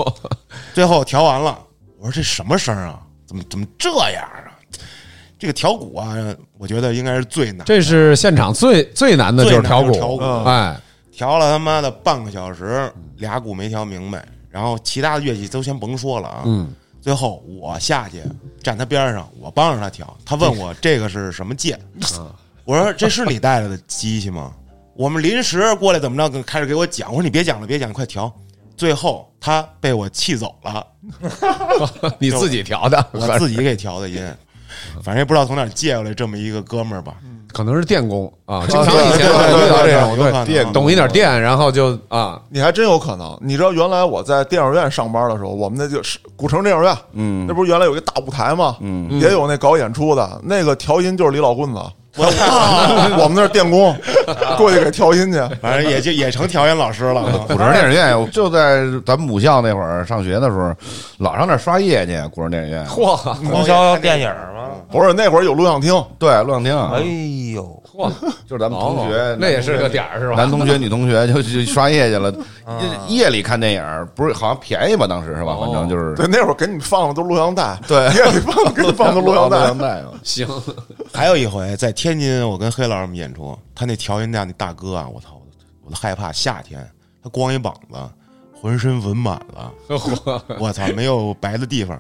Speaker 5: 最后调完了，我说这什么声啊？怎么怎么这样啊？这个调鼓啊，我觉得应该是最
Speaker 3: [laughs]
Speaker 5: 难。
Speaker 3: 这是现场最最难的就是调
Speaker 5: 最难就是调
Speaker 3: 鼓
Speaker 5: 鼓，
Speaker 3: 哎，
Speaker 5: 调了他妈的半个小时，俩鼓没调明白，然后其他的乐器都先甭说了啊。嗯，最后我下去站他边上，我帮着他调。他问我这个是什么键，我说这是你带来的机器吗？我们临时过来怎么着，跟开始给我讲，我说你别讲了，别讲了，快调。最后他被我气走了，
Speaker 3: [laughs] 你自己调的，
Speaker 5: 我自己给调的音，反正也不知道从哪儿借过来这么一个哥们儿吧。
Speaker 3: 可能是电工啊，经常
Speaker 1: 对
Speaker 3: 以前
Speaker 1: 嗯对对
Speaker 3: 会遇到这
Speaker 5: 有
Speaker 3: 种，
Speaker 5: 可能啊
Speaker 3: 对，懂一点电，然后就啊，
Speaker 1: 你还真有可能。你知道原来我在电影院上班的时候，我们那就是古城电影院，嗯，那不是原来有一个大舞台吗？嗯，也有那搞演出的，那个调音就是李老 [laughs] 棍子，我我们那儿电工过去给调 [laughs] 音去，
Speaker 5: [laughs] 反正也就也成调音老师了
Speaker 1: [laughs]
Speaker 5: 啊。
Speaker 4: 古城电影院，我就在咱们母校那会儿上学的时候，老上那儿刷夜去。古城电影院，
Speaker 3: 嚯
Speaker 2: 通宵电影吗？
Speaker 1: 不是那会儿有录像厅，
Speaker 4: 对，录像厅啊，
Speaker 2: 哎呦，
Speaker 3: 嚯，
Speaker 4: 就是咱们同学，
Speaker 3: 哦那也是个点儿啊是吧
Speaker 4: 男？同学、女同学就就刷夜去
Speaker 3: [laughs]
Speaker 4: 了。夜夜里看电影，不是好像便宜吧？当时是吧？反正就是
Speaker 1: 对，那会儿给你们放的都录像带， [laughs]
Speaker 4: 对
Speaker 3: [laughs]
Speaker 1: 夜里放给你 [laughs] 放的录像带，
Speaker 4: 带嘛。
Speaker 3: 行，
Speaker 5: 还有一回在天津，我跟黑老师们演出，他那调音大那大哥啊，我操，我都我都害怕。夏天他光一膀子，浑身纹满
Speaker 1: [laughs]
Speaker 5: 了，
Speaker 3: [laughs]
Speaker 5: 我操，没有白的地方。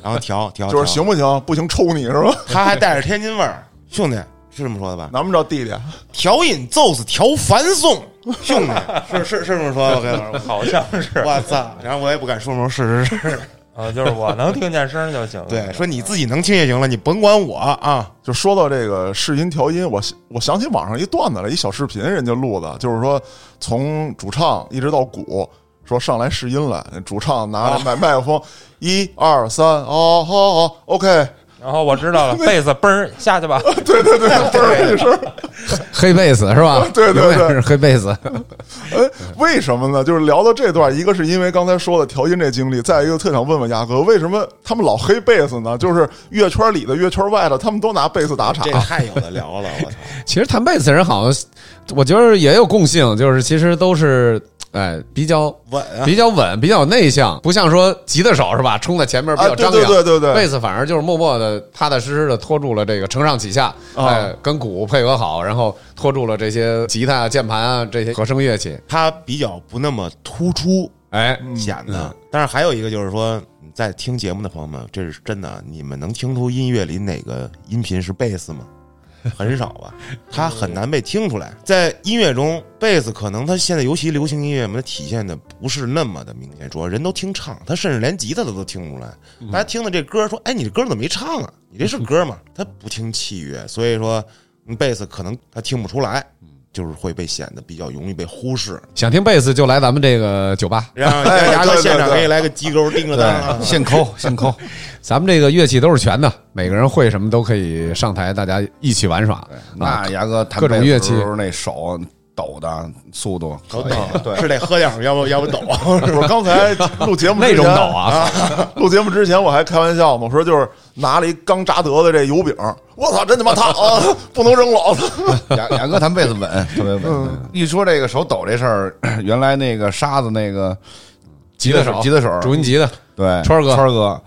Speaker 5: 然后调调，
Speaker 1: 就是
Speaker 5: 调
Speaker 1: 行，不行？不行，抽你是吧？
Speaker 5: 他还带着天津味儿，兄弟是这么说的吧？
Speaker 1: 难不着弟弟，
Speaker 5: 调饮奏死调繁送，兄弟是是是这么说的，我跟你说
Speaker 2: 好像
Speaker 5: [laughs]
Speaker 2: 是
Speaker 5: 我操！然后我也不敢说什么是是是，
Speaker 2: 啊，就是我能听见声儿就行。
Speaker 5: 对，说你自己能听也行了，你甭管我啊。
Speaker 1: 就说到这个试音调音，我我想起网上一段子来，一小视频，人家录的，就是说从主唱一直到鼓，说上来试音来，主唱拿着麦麦克风，一二三，哦，好好，OK， [laughs]
Speaker 2: 然后我知道了，贝斯嘣儿下去吧，
Speaker 1: 对对对，嘣儿一声。
Speaker 3: 黑贝斯是吧？
Speaker 1: 对对对
Speaker 3: 永远是黑贝斯。
Speaker 1: 哎，为什么呢？就是聊到这段，一个是因为刚才说的调音这经历，再一个特想问问牙哥，为什么他们老黑贝斯呢？就是乐圈里的、乐圈外的，他们都拿贝斯打岔
Speaker 5: 这。太有的聊了，我操！
Speaker 3: 其实弹贝斯人好像，我觉得也有共性，就是其实都是哎比较
Speaker 5: 稳啊，
Speaker 3: 比较稳，比较内向，不像说吉他手是吧，冲在前面比
Speaker 1: 啊，
Speaker 3: 较
Speaker 1: 对
Speaker 3: 张
Speaker 1: 对
Speaker 3: 扬。
Speaker 1: 对对对，
Speaker 3: 贝斯反而就是默默的、踏踏实实的拖住了这个承上启下，
Speaker 1: 啊
Speaker 3: 哎，跟鼓配合好，然后拖住了这些吉他、键盘啊这些合声乐器，
Speaker 5: 他比较不那么突出
Speaker 3: 哎，
Speaker 5: 显得。但是还有一个就是说，你在听节目的朋友们，这是真的，你们能听出音乐里哪个音频是贝斯吗？很少吧，它很难被听出来。在音乐中，贝斯可能它现在尤其流行音乐嘛，它体现的不是那么的明显，主要人都听唱，他甚至连吉他他都听不出来。大家听的这歌说：“哎，你这歌怎么没唱啊？你这是歌吗？”他不听器乐，所以说嗯贝斯可能他听不出来，就是会被显得比较容易被忽视。
Speaker 3: 想听贝斯就来咱们这个酒吧，
Speaker 1: [laughs]
Speaker 5: 让牙
Speaker 1: 对
Speaker 5: 哥
Speaker 1: 对
Speaker 5: 现场
Speaker 1: 对
Speaker 5: 给你来个鸡钩叮个当啊
Speaker 4: 对，！现
Speaker 3: [laughs]
Speaker 4: 抠现抠，
Speaker 3: 咱们这个乐器都是全的，每个人会什么都可以上台，大家一起玩耍。啊，
Speaker 4: 那牙哥弹
Speaker 3: 各种乐器
Speaker 4: 贝斯时候那手抖的速度，
Speaker 5: 抖抖，对，是得喝点儿，要不
Speaker 1: [laughs]
Speaker 5: 要不抖。
Speaker 1: 我刚才录节目之
Speaker 3: 那
Speaker 1: 前
Speaker 3: 种抖啊，
Speaker 1: 录节目之前我还开玩笑嘛，我说就是拿了一刚扎德的这油饼，我操，真他妈烫啊， [laughs] 不能扔老子。
Speaker 4: 牙牙哥弹贝斯稳，特别
Speaker 3: 嗯
Speaker 4: 稳。一说这个手抖这事儿，原来那个沙子那个
Speaker 3: 吉他手，
Speaker 4: 吉他手
Speaker 3: 主音吉他，
Speaker 4: 对，
Speaker 3: 川儿哥嗯
Speaker 4: 川儿哥，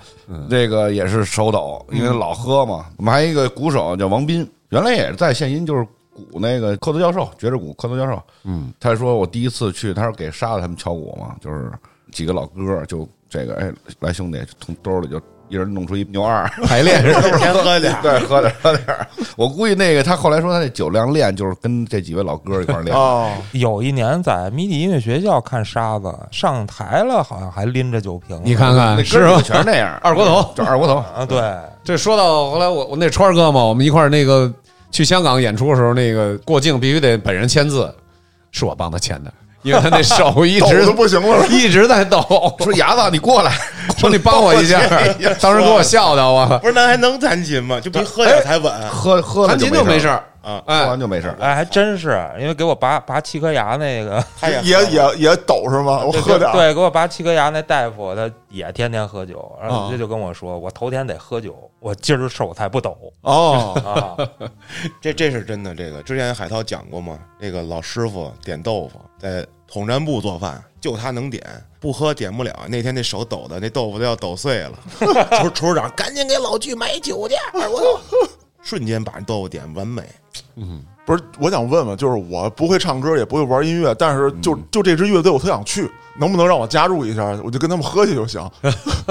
Speaker 4: 这个也是手抖，因为老喝嘛。我们还有一个鼓手叫王斌，原来也是在献音，就是鼓那个科特教授，爵士鼓科特教授。嗯，他说我第一次去，他说给沙子他们敲鼓嘛，就是几个老哥就这个，哎，来兄弟，从兜里就一人弄出一牛二，
Speaker 3: 排练 [laughs] 是吧
Speaker 5: 先喝点儿，
Speaker 4: 对，喝点儿喝点儿。我估计那个他后来说他那酒量练就是跟这几位老哥一块儿练。
Speaker 1: 哦，
Speaker 2: 有一年在迷笛音乐学校看沙子上台了，好像还拎着酒瓶。
Speaker 3: 你看
Speaker 4: 那
Speaker 3: 看
Speaker 4: 哥儿
Speaker 3: 是
Speaker 4: 几
Speaker 3: 吧
Speaker 4: 个？全是那样，
Speaker 3: 二锅头
Speaker 4: 就二
Speaker 3: [laughs]
Speaker 4: 锅头。
Speaker 2: 啊，对，
Speaker 3: 这说到后来我我那川儿哥嘛，我们一块儿那个去香港演出的时候，那个过境必须得本人签字，是我帮他签的，因为他那手一
Speaker 1: [laughs] [laughs] 抖
Speaker 3: 直
Speaker 1: 得不行了。
Speaker 3: 一直在抖，
Speaker 4: 说牙子，你过来，
Speaker 3: 说你帮我一下，当时给我笑的我，
Speaker 5: 不是那还能弹琴吗？就比喝
Speaker 1: 哎
Speaker 5: 点儿才稳。
Speaker 4: 喝喝了
Speaker 3: 弹琴就没
Speaker 4: 事
Speaker 3: 事
Speaker 4: 儿
Speaker 3: 儿
Speaker 5: 啊
Speaker 4: 喝
Speaker 3: 哎
Speaker 4: 完，就没事儿。
Speaker 2: 哎，还真是，因为给我拔拔七颗牙那个，
Speaker 5: 他也
Speaker 1: 也
Speaker 5: 喝
Speaker 1: 也也抖是吗？我喝点儿，
Speaker 2: 对，给我拔七颗牙那大夫，他也天天喝酒，然后直接就跟我说，我头天得喝酒，我今儿手才不抖
Speaker 1: 哦，
Speaker 2: 啊。
Speaker 5: 这这是真的。这个之前海涛讲过嘛，那个老师傅点豆腐，在统战部做饭，就他能点，不喝点不了。那天那手抖的，那豆腐都要抖碎了。 [laughs] 厨厨师长，赶紧给老巨买酒去！
Speaker 1: [laughs]
Speaker 5: 我操瞬间把豆腐点完美。
Speaker 1: 不是，我想问问，就是我不会唱歌，也不会玩音乐，但是就就这支乐队，我特想去，能不能让我加入一下？我就跟他们喝去就行。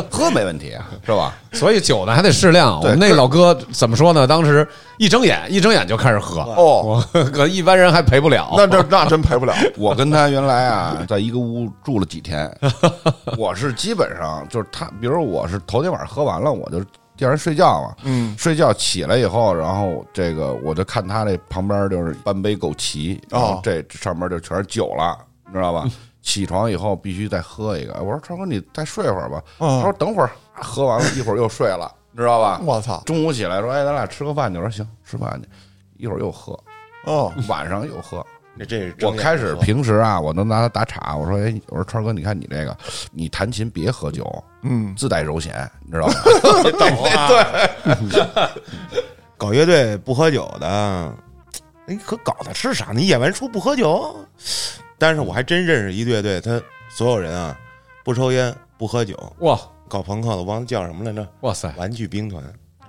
Speaker 4: 喝没问题啊，是吧？
Speaker 3: 所以酒呢还得适量。我
Speaker 4: 对
Speaker 3: 们那老哥怎么说呢？当时一睁眼一睁眼就开始喝，
Speaker 1: 哦，
Speaker 3: 我可一般人还赔不了。
Speaker 1: 那这那真赔不了。
Speaker 4: 我跟他原来啊，在一个屋住了几
Speaker 3: [laughs]
Speaker 4: 天，我是基本上就是他，比如我是头天晚上喝完了，我就第二天睡觉嘛，
Speaker 1: 嗯，
Speaker 4: 睡觉起来以后，然后这个我就看他这旁边就是半杯枸杞，然后
Speaker 1: 哦嗯
Speaker 4: 这上面就全是酒了，你知道吧？起床以后必须再喝一个。我说川哥，你再睡会儿吧。
Speaker 1: 哦
Speaker 4: 他说等会儿，啊喝完了一会儿又睡了，你知道吧？
Speaker 1: 我操，
Speaker 4: 中午起来说，哎，咱俩吃个饭去。我说行，吃饭去。一会儿又喝，
Speaker 1: 哦，
Speaker 4: 晚上又喝。
Speaker 5: 这这是睁
Speaker 4: 我
Speaker 5: 眼
Speaker 4: 开始
Speaker 5: 喝
Speaker 4: 平时啊，我都拿他打岔。我说，哎，我说川哥，你看你这个，你弹琴别喝酒，
Speaker 1: 嗯，
Speaker 4: 自带柔弦，你知道吗？
Speaker 5: 搞乐队不喝酒的，你可搞他吃啥？你演完出不喝酒？但是我还真认识一乐队，他所有人啊，不抽烟不喝酒，
Speaker 3: 哇
Speaker 5: 搞朋克的，我忘了叫什么来着，
Speaker 3: 哇塞
Speaker 5: 玩具兵团，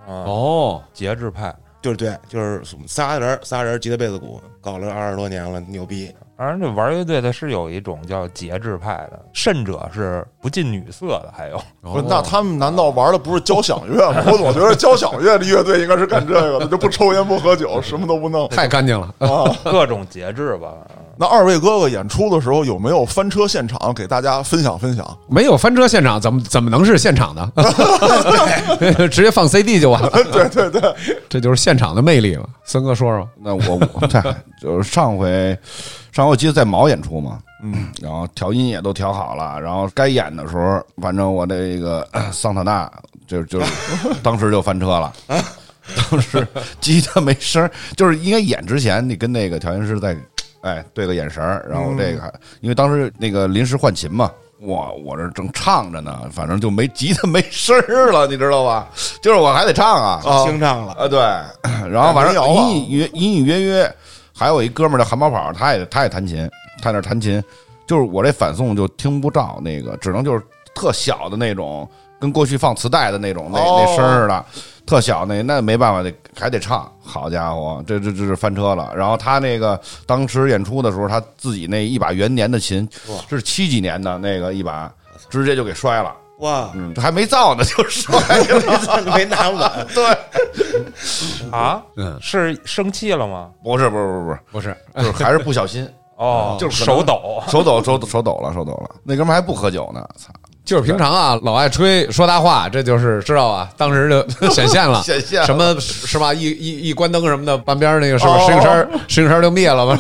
Speaker 2: 哦，
Speaker 3: 哦，
Speaker 2: 节制派，
Speaker 5: 就是对，就是仨人仨人吉他贝斯鼓，搞了二十多年了，牛逼！
Speaker 2: 反正这玩乐队的是有一种叫节制派的，甚者是不近女色的，还
Speaker 3: [laughs]
Speaker 2: 有
Speaker 3: 哦
Speaker 1: 不是，那他们难道玩的不是交响乐吗？我总觉得交响乐的乐队应该是干这个的，就不抽烟不喝酒，什么都不
Speaker 3: [laughs]
Speaker 1: 弄
Speaker 3: 太干净了。
Speaker 1: 啊。
Speaker 2: 各种节制吧。
Speaker 1: 那二位哥哥演出的时候有没有翻车现场给大家分享分享？
Speaker 3: 没有翻车现场，怎么怎么能是现场呢？直接放 CD 就完了。对对对，这就是现场的魅力嘛。森哥说说，
Speaker 4: 那我我 [laughs] 嗨就是上回，上回我记得在毛演出嘛，嗯，然后调音也都调好了，然后该演的时候，反正我这个 [clears throat] 呃桑塔纳就就是当时就翻车了。当时吉他没声儿，就是应该演之前，你跟那个调音师在，哎，对个眼神儿，然后这个，因为当时那个临时换琴嘛，我我这正唱着呢，反正就没吉他没声儿了，你知道吧？就是我还得唱啊，
Speaker 5: 清唱了，
Speaker 4: 啊，
Speaker 1: [coughs]
Speaker 4: 对，然后反
Speaker 1: 民谣
Speaker 4: 正
Speaker 1: 啊
Speaker 4: 隐隐约隐隐约约，还有一哥们儿叫韩跑跑，他也他也弹琴，他在那儿弹琴，就是我这反送就听不着那个，只能就是特小的那种，跟过去放磁带的那种那
Speaker 1: 哦
Speaker 4: 那声儿似的，特小那那没办法得还得唱，好家伙，这这这是翻车了。然后他那个当时演出的时候，他自己那一把元年的琴，这是七几年的那个一把，直接就给摔了，
Speaker 5: 哇， [laughs]
Speaker 4: 嗯，还没造呢就摔
Speaker 1: [laughs]
Speaker 4: 了，
Speaker 5: 没拿稳，
Speaker 4: 对，
Speaker 2: 啊，
Speaker 3: 嗯，
Speaker 2: 是生气了吗？
Speaker 4: 不是不是不是不是，
Speaker 3: 不是，
Speaker 4: 就是还是不小心。
Speaker 3: 啊
Speaker 2: 哦，
Speaker 4: 就是可能
Speaker 2: 手
Speaker 3: [laughs]
Speaker 2: 抖。
Speaker 4: 手抖手抖手抖了手抖了，那哥们儿还不喝酒呢，操，
Speaker 3: 就是平常啊，老爱吹说大话，这就是知道啊，当时就显现了，
Speaker 4: 显现了
Speaker 3: 什么是吧？一一一关灯什么的，半边儿那个是不是石景山儿？石景山儿就灭了吧？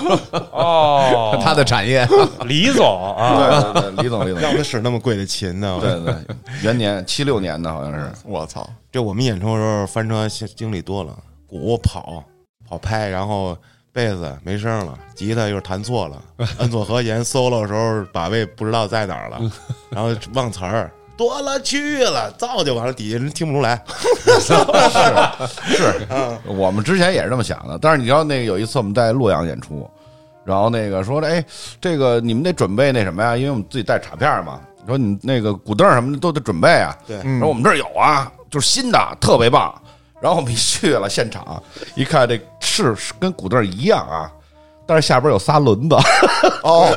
Speaker 2: 哦
Speaker 3: [laughs] ，他的产业，
Speaker 2: 李总啊，
Speaker 4: 对对对，李总李总，
Speaker 5: 让他使那么贵的琴呢，
Speaker 4: 对对，对元年七六年的好像是，
Speaker 1: 我操！
Speaker 5: 这我们演出的时候翻车经历多了，鼓跑跑拍，然后贝斯没声了，吉他又是弹
Speaker 1: [laughs]
Speaker 5: 错了，摁错和弦，solo 的时候把位不知道在哪
Speaker 1: [laughs]
Speaker 5: 儿了，然后忘词儿。多了去了，造就完了，底下人听不出来。
Speaker 4: 是，我们之前也是这么想的，但是你知道那个有一次我们在洛阳演出，然后那个说哎，这个你们得准备那什么呀，因为我们自己带卡片嘛，说你那个鼓凳什么的都得准备啊，
Speaker 5: 对
Speaker 4: 然后我们这儿有啊，就是新的，特别棒。然后我们一去了现场，一看这是是跟鼓凳一样啊，但是下边有仨轮子。 [laughs]
Speaker 1: 哦，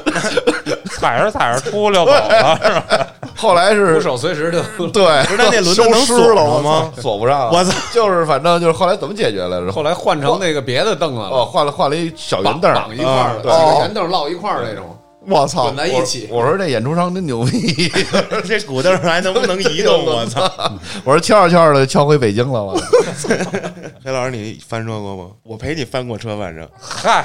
Speaker 2: 踩着踩着出溜走了，
Speaker 3: [laughs]
Speaker 2: 是吧？
Speaker 4: 后来是
Speaker 3: 手随时就
Speaker 4: [laughs] 对，
Speaker 5: 不是那那轮子能
Speaker 1: 消 [laughs]
Speaker 5: 锁
Speaker 1: 失了
Speaker 5: 上
Speaker 1: 我
Speaker 5: 吗？
Speaker 4: 锁不上了。啊
Speaker 5: 我操
Speaker 4: [laughs] 就是反正就是后来怎么解决来着？
Speaker 3: 后来换成那个别的凳子
Speaker 4: 哦，
Speaker 3: 了，
Speaker 4: 换了换了一小圆
Speaker 3: 绑
Speaker 4: 凳儿，
Speaker 3: 绑一块儿
Speaker 4: 嗯
Speaker 3: 的，几
Speaker 4: 对
Speaker 3: 个圆凳落一块儿那种，
Speaker 1: 我操
Speaker 3: 混！在一起。
Speaker 4: 我说这演出商真牛逼， [laughs]
Speaker 5: 这鼓凳还能不能移动？我操！
Speaker 1: [laughs]
Speaker 4: 我说敲着敲着就敲回北京了，我操
Speaker 5: 黑老师，你翻车过吗？我陪你翻过车，反正 [laughs]
Speaker 2: 嗨，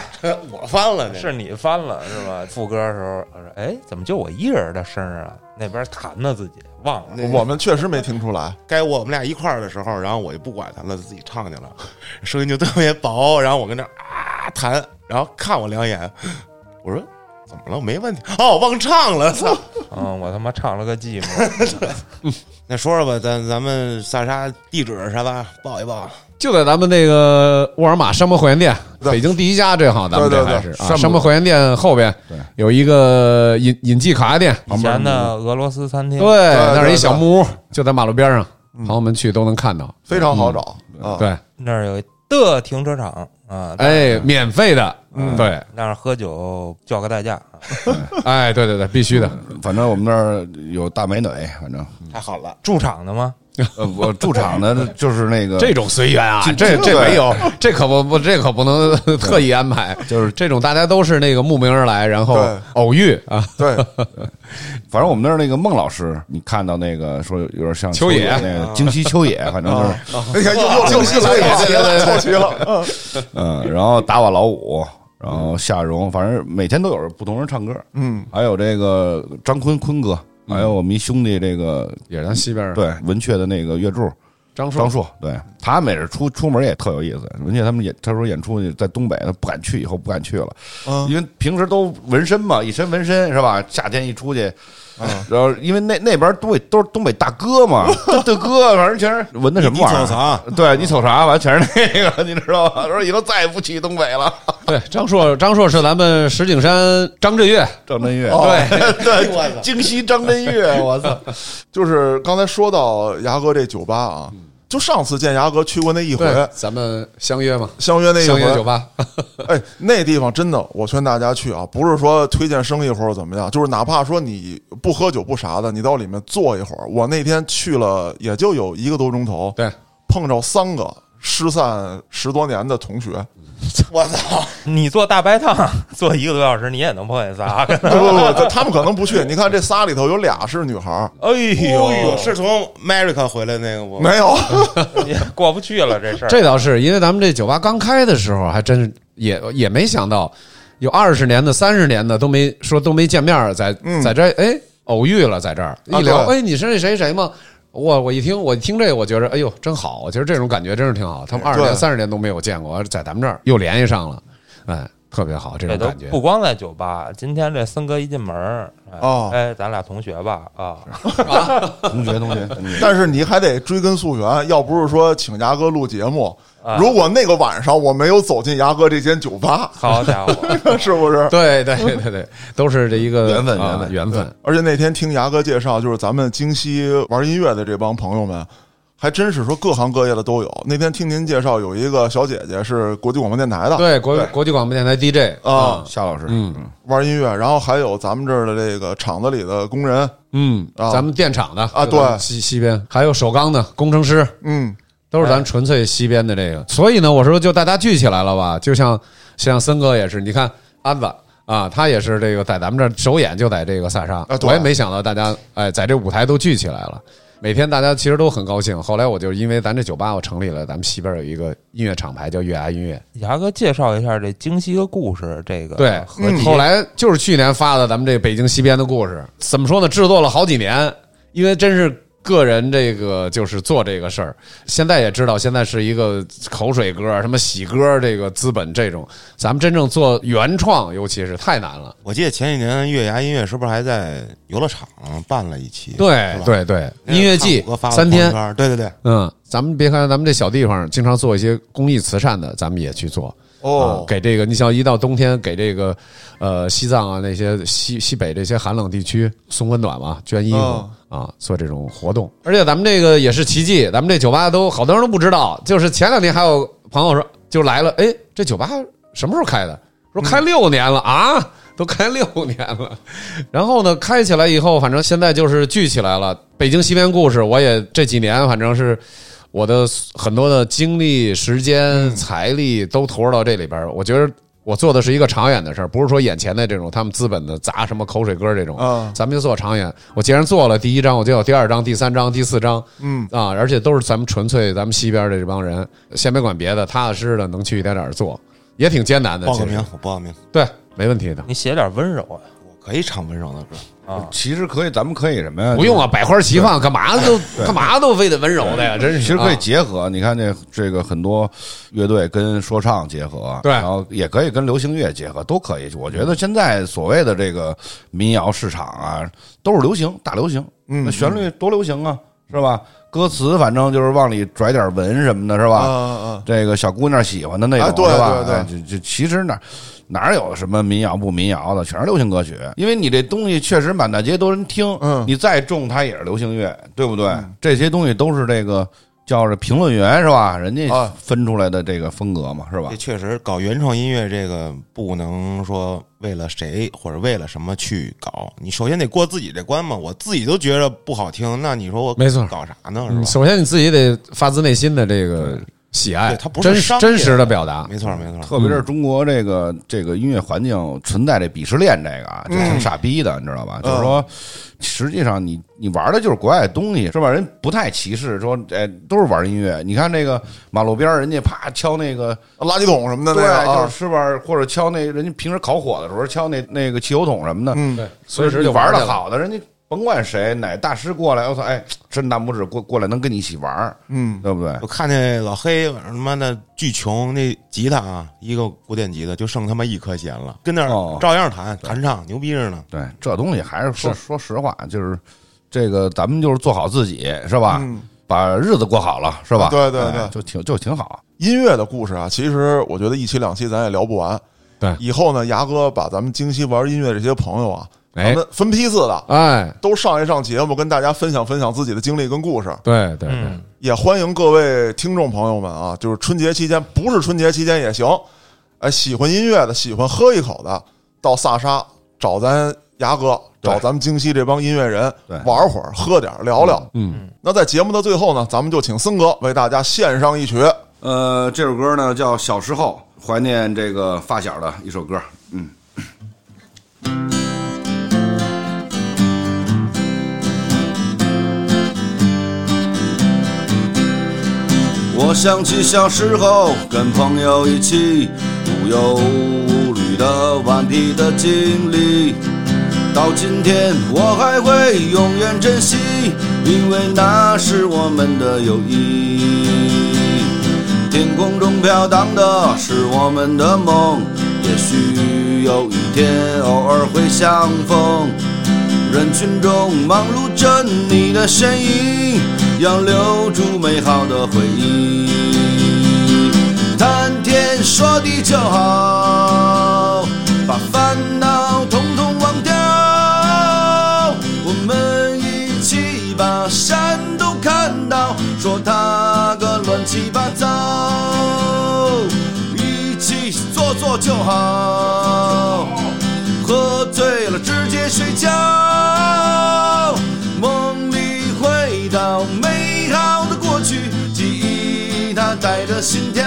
Speaker 5: 我翻了这。
Speaker 2: 是你翻了是吧？副歌的时候，我说哎，怎么就我一人的声儿啊？那边弹呢自己忘了。
Speaker 1: 我们确实没听出来，
Speaker 5: 该我们俩一块儿的时候，然后我就不管他了，自己唱去了， [laughs] 声音就特别薄，然后我跟那儿啊弹，然后看我两眼，我说怎么了？没问题。哦，我忘唱了，
Speaker 3: 哦
Speaker 5: 操！
Speaker 2: 嗯，我他妈唱了个寂寞。
Speaker 5: 那说说吧，咱咱们萨沙地址啥吧，报一报。
Speaker 3: 就在咱们那个沃尔玛商贸会员店，
Speaker 1: 对
Speaker 3: 北京第一家，正好咱们
Speaker 1: 对
Speaker 3: 这
Speaker 1: 对
Speaker 3: 还
Speaker 1: 对
Speaker 3: 是
Speaker 4: 商
Speaker 3: 啊
Speaker 4: 贸
Speaker 3: 商贸会员店后边
Speaker 4: 对
Speaker 3: 有一个尹尹记烤鸭店，
Speaker 2: 以前的俄罗斯餐厅，
Speaker 3: 对，那是
Speaker 1: 对
Speaker 3: 一小木屋，就在马路边上，朋友们去都能看到。
Speaker 1: 非常好找啊。
Speaker 3: 嗯对，
Speaker 2: 那儿有一的停车场啊，
Speaker 3: 哎，免费的，对，
Speaker 2: 那儿喝酒叫个代驾。啊
Speaker 3: 哎，对对对，必须的。
Speaker 4: 反正我们那儿有大美女，反 [laughs] 正
Speaker 3: 嗯
Speaker 5: 太好了，
Speaker 2: 驻场的吗？
Speaker 4: 呃我驻场的就是那个
Speaker 3: 这种随缘啊，
Speaker 4: 这
Speaker 3: 这这
Speaker 4: 对
Speaker 3: 没有，这可不不，这可不能特意安排，就是这种大家都是那个慕名而来，然后
Speaker 1: 对
Speaker 3: 偶遇啊，
Speaker 1: 对，
Speaker 4: 反正我们那儿那个孟老师，你看到那个说有点像
Speaker 3: 秋野
Speaker 4: 那个京西秋野，反正就是
Speaker 1: 你
Speaker 3: [laughs]
Speaker 1: 看又又又新来又齐了，凑齐了。嗯
Speaker 4: 嗯，然后打瓦老五，然后夏蓉，反正每天都有不同人唱歌，
Speaker 1: 嗯，
Speaker 4: 还有这个张坤坤哥，还有我们一兄弟这个
Speaker 3: 也是咱西边儿
Speaker 4: 对文雀的那个岳柱
Speaker 3: 张硕
Speaker 4: 张硕，对他们也是出出门也特有意思。文雀他们也他说演出去在东北，他不敢去，以后不敢去了，
Speaker 1: 嗯
Speaker 4: 因为平时都纹身嘛，一身纹身是吧？夏天一出去。然后，因为那那边东北都是东北大哥嘛，大哥，反正全是纹的什么玩意
Speaker 5: 你
Speaker 4: 儿？
Speaker 5: 瞅啥？
Speaker 4: 对你瞅啥？完全是那个，你知道吧？说以后再也不去东北了。 [laughs]
Speaker 3: 对张硕张硕是咱们石景山张震岳，
Speaker 4: 张震岳，
Speaker 3: [laughs] 对，
Speaker 5: 哎呦 [laughs] 我操！
Speaker 4: 京西张震岳，我操！
Speaker 1: 就是刚才说到牙哥这酒吧啊，就上次见牙哥去过那一回，
Speaker 3: 嗯对，咱们相约嘛，
Speaker 1: 相约那一
Speaker 3: 相约
Speaker 1: 回
Speaker 3: 酒，吧，
Speaker 1: 哎，那地方真的，我劝大家去啊，不是说推荐生意或者怎么样，就是哪怕说你不喝酒不啥的，你到里面坐一会儿。我那天去了，也就有一个多钟头，
Speaker 3: 对，
Speaker 1: 碰着三个失散十多年的同学，
Speaker 5: 我操！
Speaker 2: 你做大白烫做一个多小时，你也能碰见仨。
Speaker 1: 不不不，他们可能不去。你看这仨里头有俩是女孩儿，
Speaker 2: [laughs] 哎
Speaker 5: 哎
Speaker 2: 呦，
Speaker 5: 呦，是从 America 回来那个不？
Speaker 1: 没有，
Speaker 2: 过不去了这事儿。
Speaker 3: [laughs] 这倒是因为咱们这酒吧刚开的时候，还真是也也没想到，有二十年的、三十年的都没说都没见面儿，在
Speaker 1: 嗯
Speaker 3: 在这儿哎偶遇了，在这儿一
Speaker 1: 啊
Speaker 3: 聊，
Speaker 1: 对
Speaker 3: 哎，你是那谁谁吗？我我一听我一听这，我觉着哎呦真好，我觉得这种感觉真是挺好。他们二十年、
Speaker 1: 对
Speaker 3: 三十年都没有见过，在咱们这儿又联系上了，哎，特别好这
Speaker 2: 这
Speaker 3: 种
Speaker 2: 都
Speaker 3: 感觉。
Speaker 2: 不光在酒吧，今天这森哥一进门儿，哎
Speaker 1: 哦
Speaker 2: 哎，咱俩同学吧，啊，
Speaker 4: 同学同学，同
Speaker 1: [laughs]
Speaker 4: 学
Speaker 1: 但是你还得追根溯源。要不是说请牙哥录节目，
Speaker 2: 啊
Speaker 1: 如果那个晚上我没有走进牙哥这间酒吧，
Speaker 2: 好家
Speaker 3: [laughs]
Speaker 2: 伙，
Speaker 1: 是不是？
Speaker 3: 对对对对，都是这一个
Speaker 4: 缘分
Speaker 3: 啊
Speaker 4: 缘分
Speaker 3: 缘分。
Speaker 1: 而且那天听牙哥介绍，就是咱们京西玩音乐的这帮朋友们，还真是说各行各业的都有。那天听您介绍，有一个小姐姐是国际广播电台的，
Speaker 3: 对国国际广播电台 DJ
Speaker 1: 啊，
Speaker 4: 夏老师，
Speaker 3: 嗯
Speaker 1: 玩音乐，然后还有咱们这儿的这个厂子里的工人，
Speaker 3: 嗯，
Speaker 1: 啊
Speaker 3: 咱们电厂的
Speaker 1: 啊
Speaker 3: 就咱们
Speaker 1: 对
Speaker 3: 西西边还有首钢的工程师，
Speaker 1: 嗯，
Speaker 3: 都是咱纯粹西边的这个。所以呢，我说就大家聚起来了吧，就像像森哥也是，你看安子啊，他也是这个在咱们这儿首演就在这个萨沙，
Speaker 1: 啊对
Speaker 3: 我也没想到大家哎在这舞台都聚起来了。每天大家其实都很高兴。后来我就因为咱这酒吧，我成立了咱们西边有一个音乐厂牌叫月牙音乐。
Speaker 2: 牙哥介绍一下这京西的故事，这个
Speaker 3: 对，嗯
Speaker 2: 合集
Speaker 3: 后来就是去年发的咱们这北京西边的故事，怎么说呢？制作了好几年，因为真是个人这个就是做这个事儿。现在也知道，现在是一个口水歌、什么喜歌这个资本这种，咱们真正做原创，尤其是太难了。
Speaker 5: 我记得前几年月牙音乐是不是还在游乐场办了一期？
Speaker 3: 对
Speaker 5: 是吧
Speaker 3: 对对，
Speaker 5: 那个
Speaker 3: 音乐
Speaker 5: 胖
Speaker 3: 季
Speaker 5: 虎哥发的
Speaker 3: 三天
Speaker 5: 朋，友圈，对对对，
Speaker 3: 嗯，咱们别看咱们这小地方，经常做一些公益慈善的，咱们也去做。啊
Speaker 1: 哦，
Speaker 3: 给这个，你像一到冬天，给这个呃西藏啊那些西西北这些寒冷地区送温暖嘛，捐衣服、
Speaker 1: 哦
Speaker 3: 啊，做这种活动。而且咱们这个也是奇迹，咱们这酒吧都好多人都不知道，就是前两天还有朋友说就来了，哎，这酒吧什么时候开的？说开六年了、啊。 [laughs] 都开六年了，然后呢，开起来以后，反正现在就是聚起来了。北京西边故事，我也这几年反正是我的很多的精力、时间、财力都投入到这里边儿。我觉得我做的是一个长远的事儿，不是说眼前的这种他们资本的砸什么口水歌这种。
Speaker 1: 啊
Speaker 3: 咱们就做长远。我既然做了第一章，我就有第二章、第三章、第四章。
Speaker 1: 嗯
Speaker 3: 啊，而且都是咱们纯粹咱们西边的这帮人，先别管别的，踏踏实实的能去一点点儿做，也挺艰难的。
Speaker 5: 报个
Speaker 3: 其实
Speaker 5: 名，我报个名，
Speaker 3: 对，没问题的。
Speaker 2: 你写点温柔啊
Speaker 5: 我可以唱温柔的歌。
Speaker 2: 啊，
Speaker 4: 其实可以，咱们可以什么呀？
Speaker 3: 不用啊，百花齐放，干嘛都干嘛都非得温柔的呀，真是。
Speaker 4: 其实可以
Speaker 3: 啊
Speaker 4: 结合，你看这这个很多乐队跟说唱结合，
Speaker 3: 对
Speaker 4: 然后也可以跟流行乐结合，都可以。我觉得现在所谓的这个民谣市场啊，都是流行大流行，
Speaker 1: 嗯
Speaker 4: 那旋律多流行啊，是吧？歌词反正就是往里拽点文什么的，是
Speaker 1: 啊
Speaker 3: 呃
Speaker 4: 吧？
Speaker 1: 啊
Speaker 4: 这个小姑娘喜欢的那
Speaker 1: 哎
Speaker 4: 种，
Speaker 1: 对
Speaker 4: 是吧？
Speaker 1: 对对
Speaker 4: 哎就就其实哪哪有什么民谣不民谣的，全是流行歌曲。因为你这东西确实满大街都人听，
Speaker 1: 嗯
Speaker 4: 你再重它也是流行乐，对不对？这些东西都是这个叫着评论员是吧？人家
Speaker 1: 啊
Speaker 4: 分出来的这个风格嘛，是吧
Speaker 5: 这？确实搞原创音乐，这个不能说为了谁或者为了什么去搞，你首先得过自己这关嘛。我自己都觉着不好听，那你说我
Speaker 3: 没错
Speaker 5: 搞啥呢？
Speaker 3: 嗯，
Speaker 5: 是吧？
Speaker 3: 首先你自己得发自内心的这个喜爱，
Speaker 5: 对它不是
Speaker 3: 真
Speaker 5: 商业
Speaker 3: 真实的表达。
Speaker 5: 没错，没错。
Speaker 4: 特别是中国这个这个音乐环境存在这鄙视链，这个啊，就挺傻逼的，你知道吧？就是说，实际上你你玩的就是国外的东西，是吧？人不太歧视，说哎，都是玩音乐。你看那个马路边儿，人家啪敲那个，
Speaker 1: 啊，垃圾桶什么的那
Speaker 4: 对，
Speaker 1: 个
Speaker 4: 就
Speaker 1: 啊
Speaker 4: 是，是吧？或者敲那人家平时烤火的时候敲那那个汽油桶什么的，
Speaker 1: 嗯，
Speaker 3: 对，
Speaker 4: 所以
Speaker 3: 随时
Speaker 4: 你
Speaker 3: 就
Speaker 4: 玩
Speaker 3: 的
Speaker 4: 的，好的，人家甭管谁哪大师过来，我操，哎，伸大拇指过过来能跟你一起玩儿，
Speaker 1: 嗯
Speaker 4: 对不对？
Speaker 5: 我看见老黑晚上他妈的巨穷，那吉他啊，一个古典吉他就剩他妈一颗弦了，跟那
Speaker 4: 哦
Speaker 5: 儿照样弹弹唱，牛逼着呢。
Speaker 4: 对，这东西还是说说实话，就是这个咱们就是做好自己，是吧？
Speaker 1: 嗯
Speaker 4: 把日子过好了，是吧？
Speaker 1: 对对
Speaker 4: 哎
Speaker 1: 对
Speaker 4: 就挺就挺好。
Speaker 1: 音乐的故事啊，其实我觉得一期两期咱也聊不完。
Speaker 3: 对
Speaker 1: 以后呢，牙哥把咱们京西玩音乐这些朋友啊，咱
Speaker 3: 哎
Speaker 1: 们分批次的，
Speaker 3: 哎，
Speaker 1: 都上一上节目，跟大家分享分享自己的经历跟故事。
Speaker 3: 对对对，
Speaker 2: 嗯，
Speaker 1: 也欢迎各位听众朋友们啊，就是春节期间，不是春节期间也行，哎，喜欢音乐的，喜欢喝一口的，到萨沙找咱牙哥，
Speaker 4: 对
Speaker 1: 找咱们京西这帮音乐人
Speaker 4: 对
Speaker 1: 玩会儿，喝点儿，聊聊。
Speaker 3: 嗯，
Speaker 1: 那在节目的最后呢，咱们就请森哥为大家献上一曲。
Speaker 4: 呃，这首歌呢叫《小时候》，怀念这个发小的一首歌。嗯，我想起小时候跟朋友一起无忧无虑的顽皮的经历，到今天我还会永远珍惜，因为那是我们的友谊。天空中飘荡的是我们的梦，也许有一天偶尔会相逢。人群中忙碌着你的身影，要留住美好的回忆。谈天说地就好，把烦恼统统忘掉。我们一起把山都看到，说它个乱七八糟，一起做做就好。喝醉了直接睡觉，梦里回到美好的过去，记忆它带着心跳。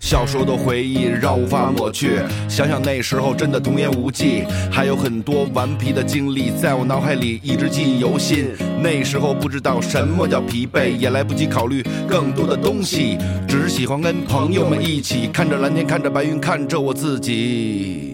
Speaker 6: 小时候的回忆让我无法抹去，想想那时候真的童言无忌，还有很多顽皮的经历在我脑海里一直记忆犹新。那时候不知道什么叫疲惫，也来不及考虑更多的东西，只喜欢跟朋友们一起看着蓝天，看着白云，看着我自己。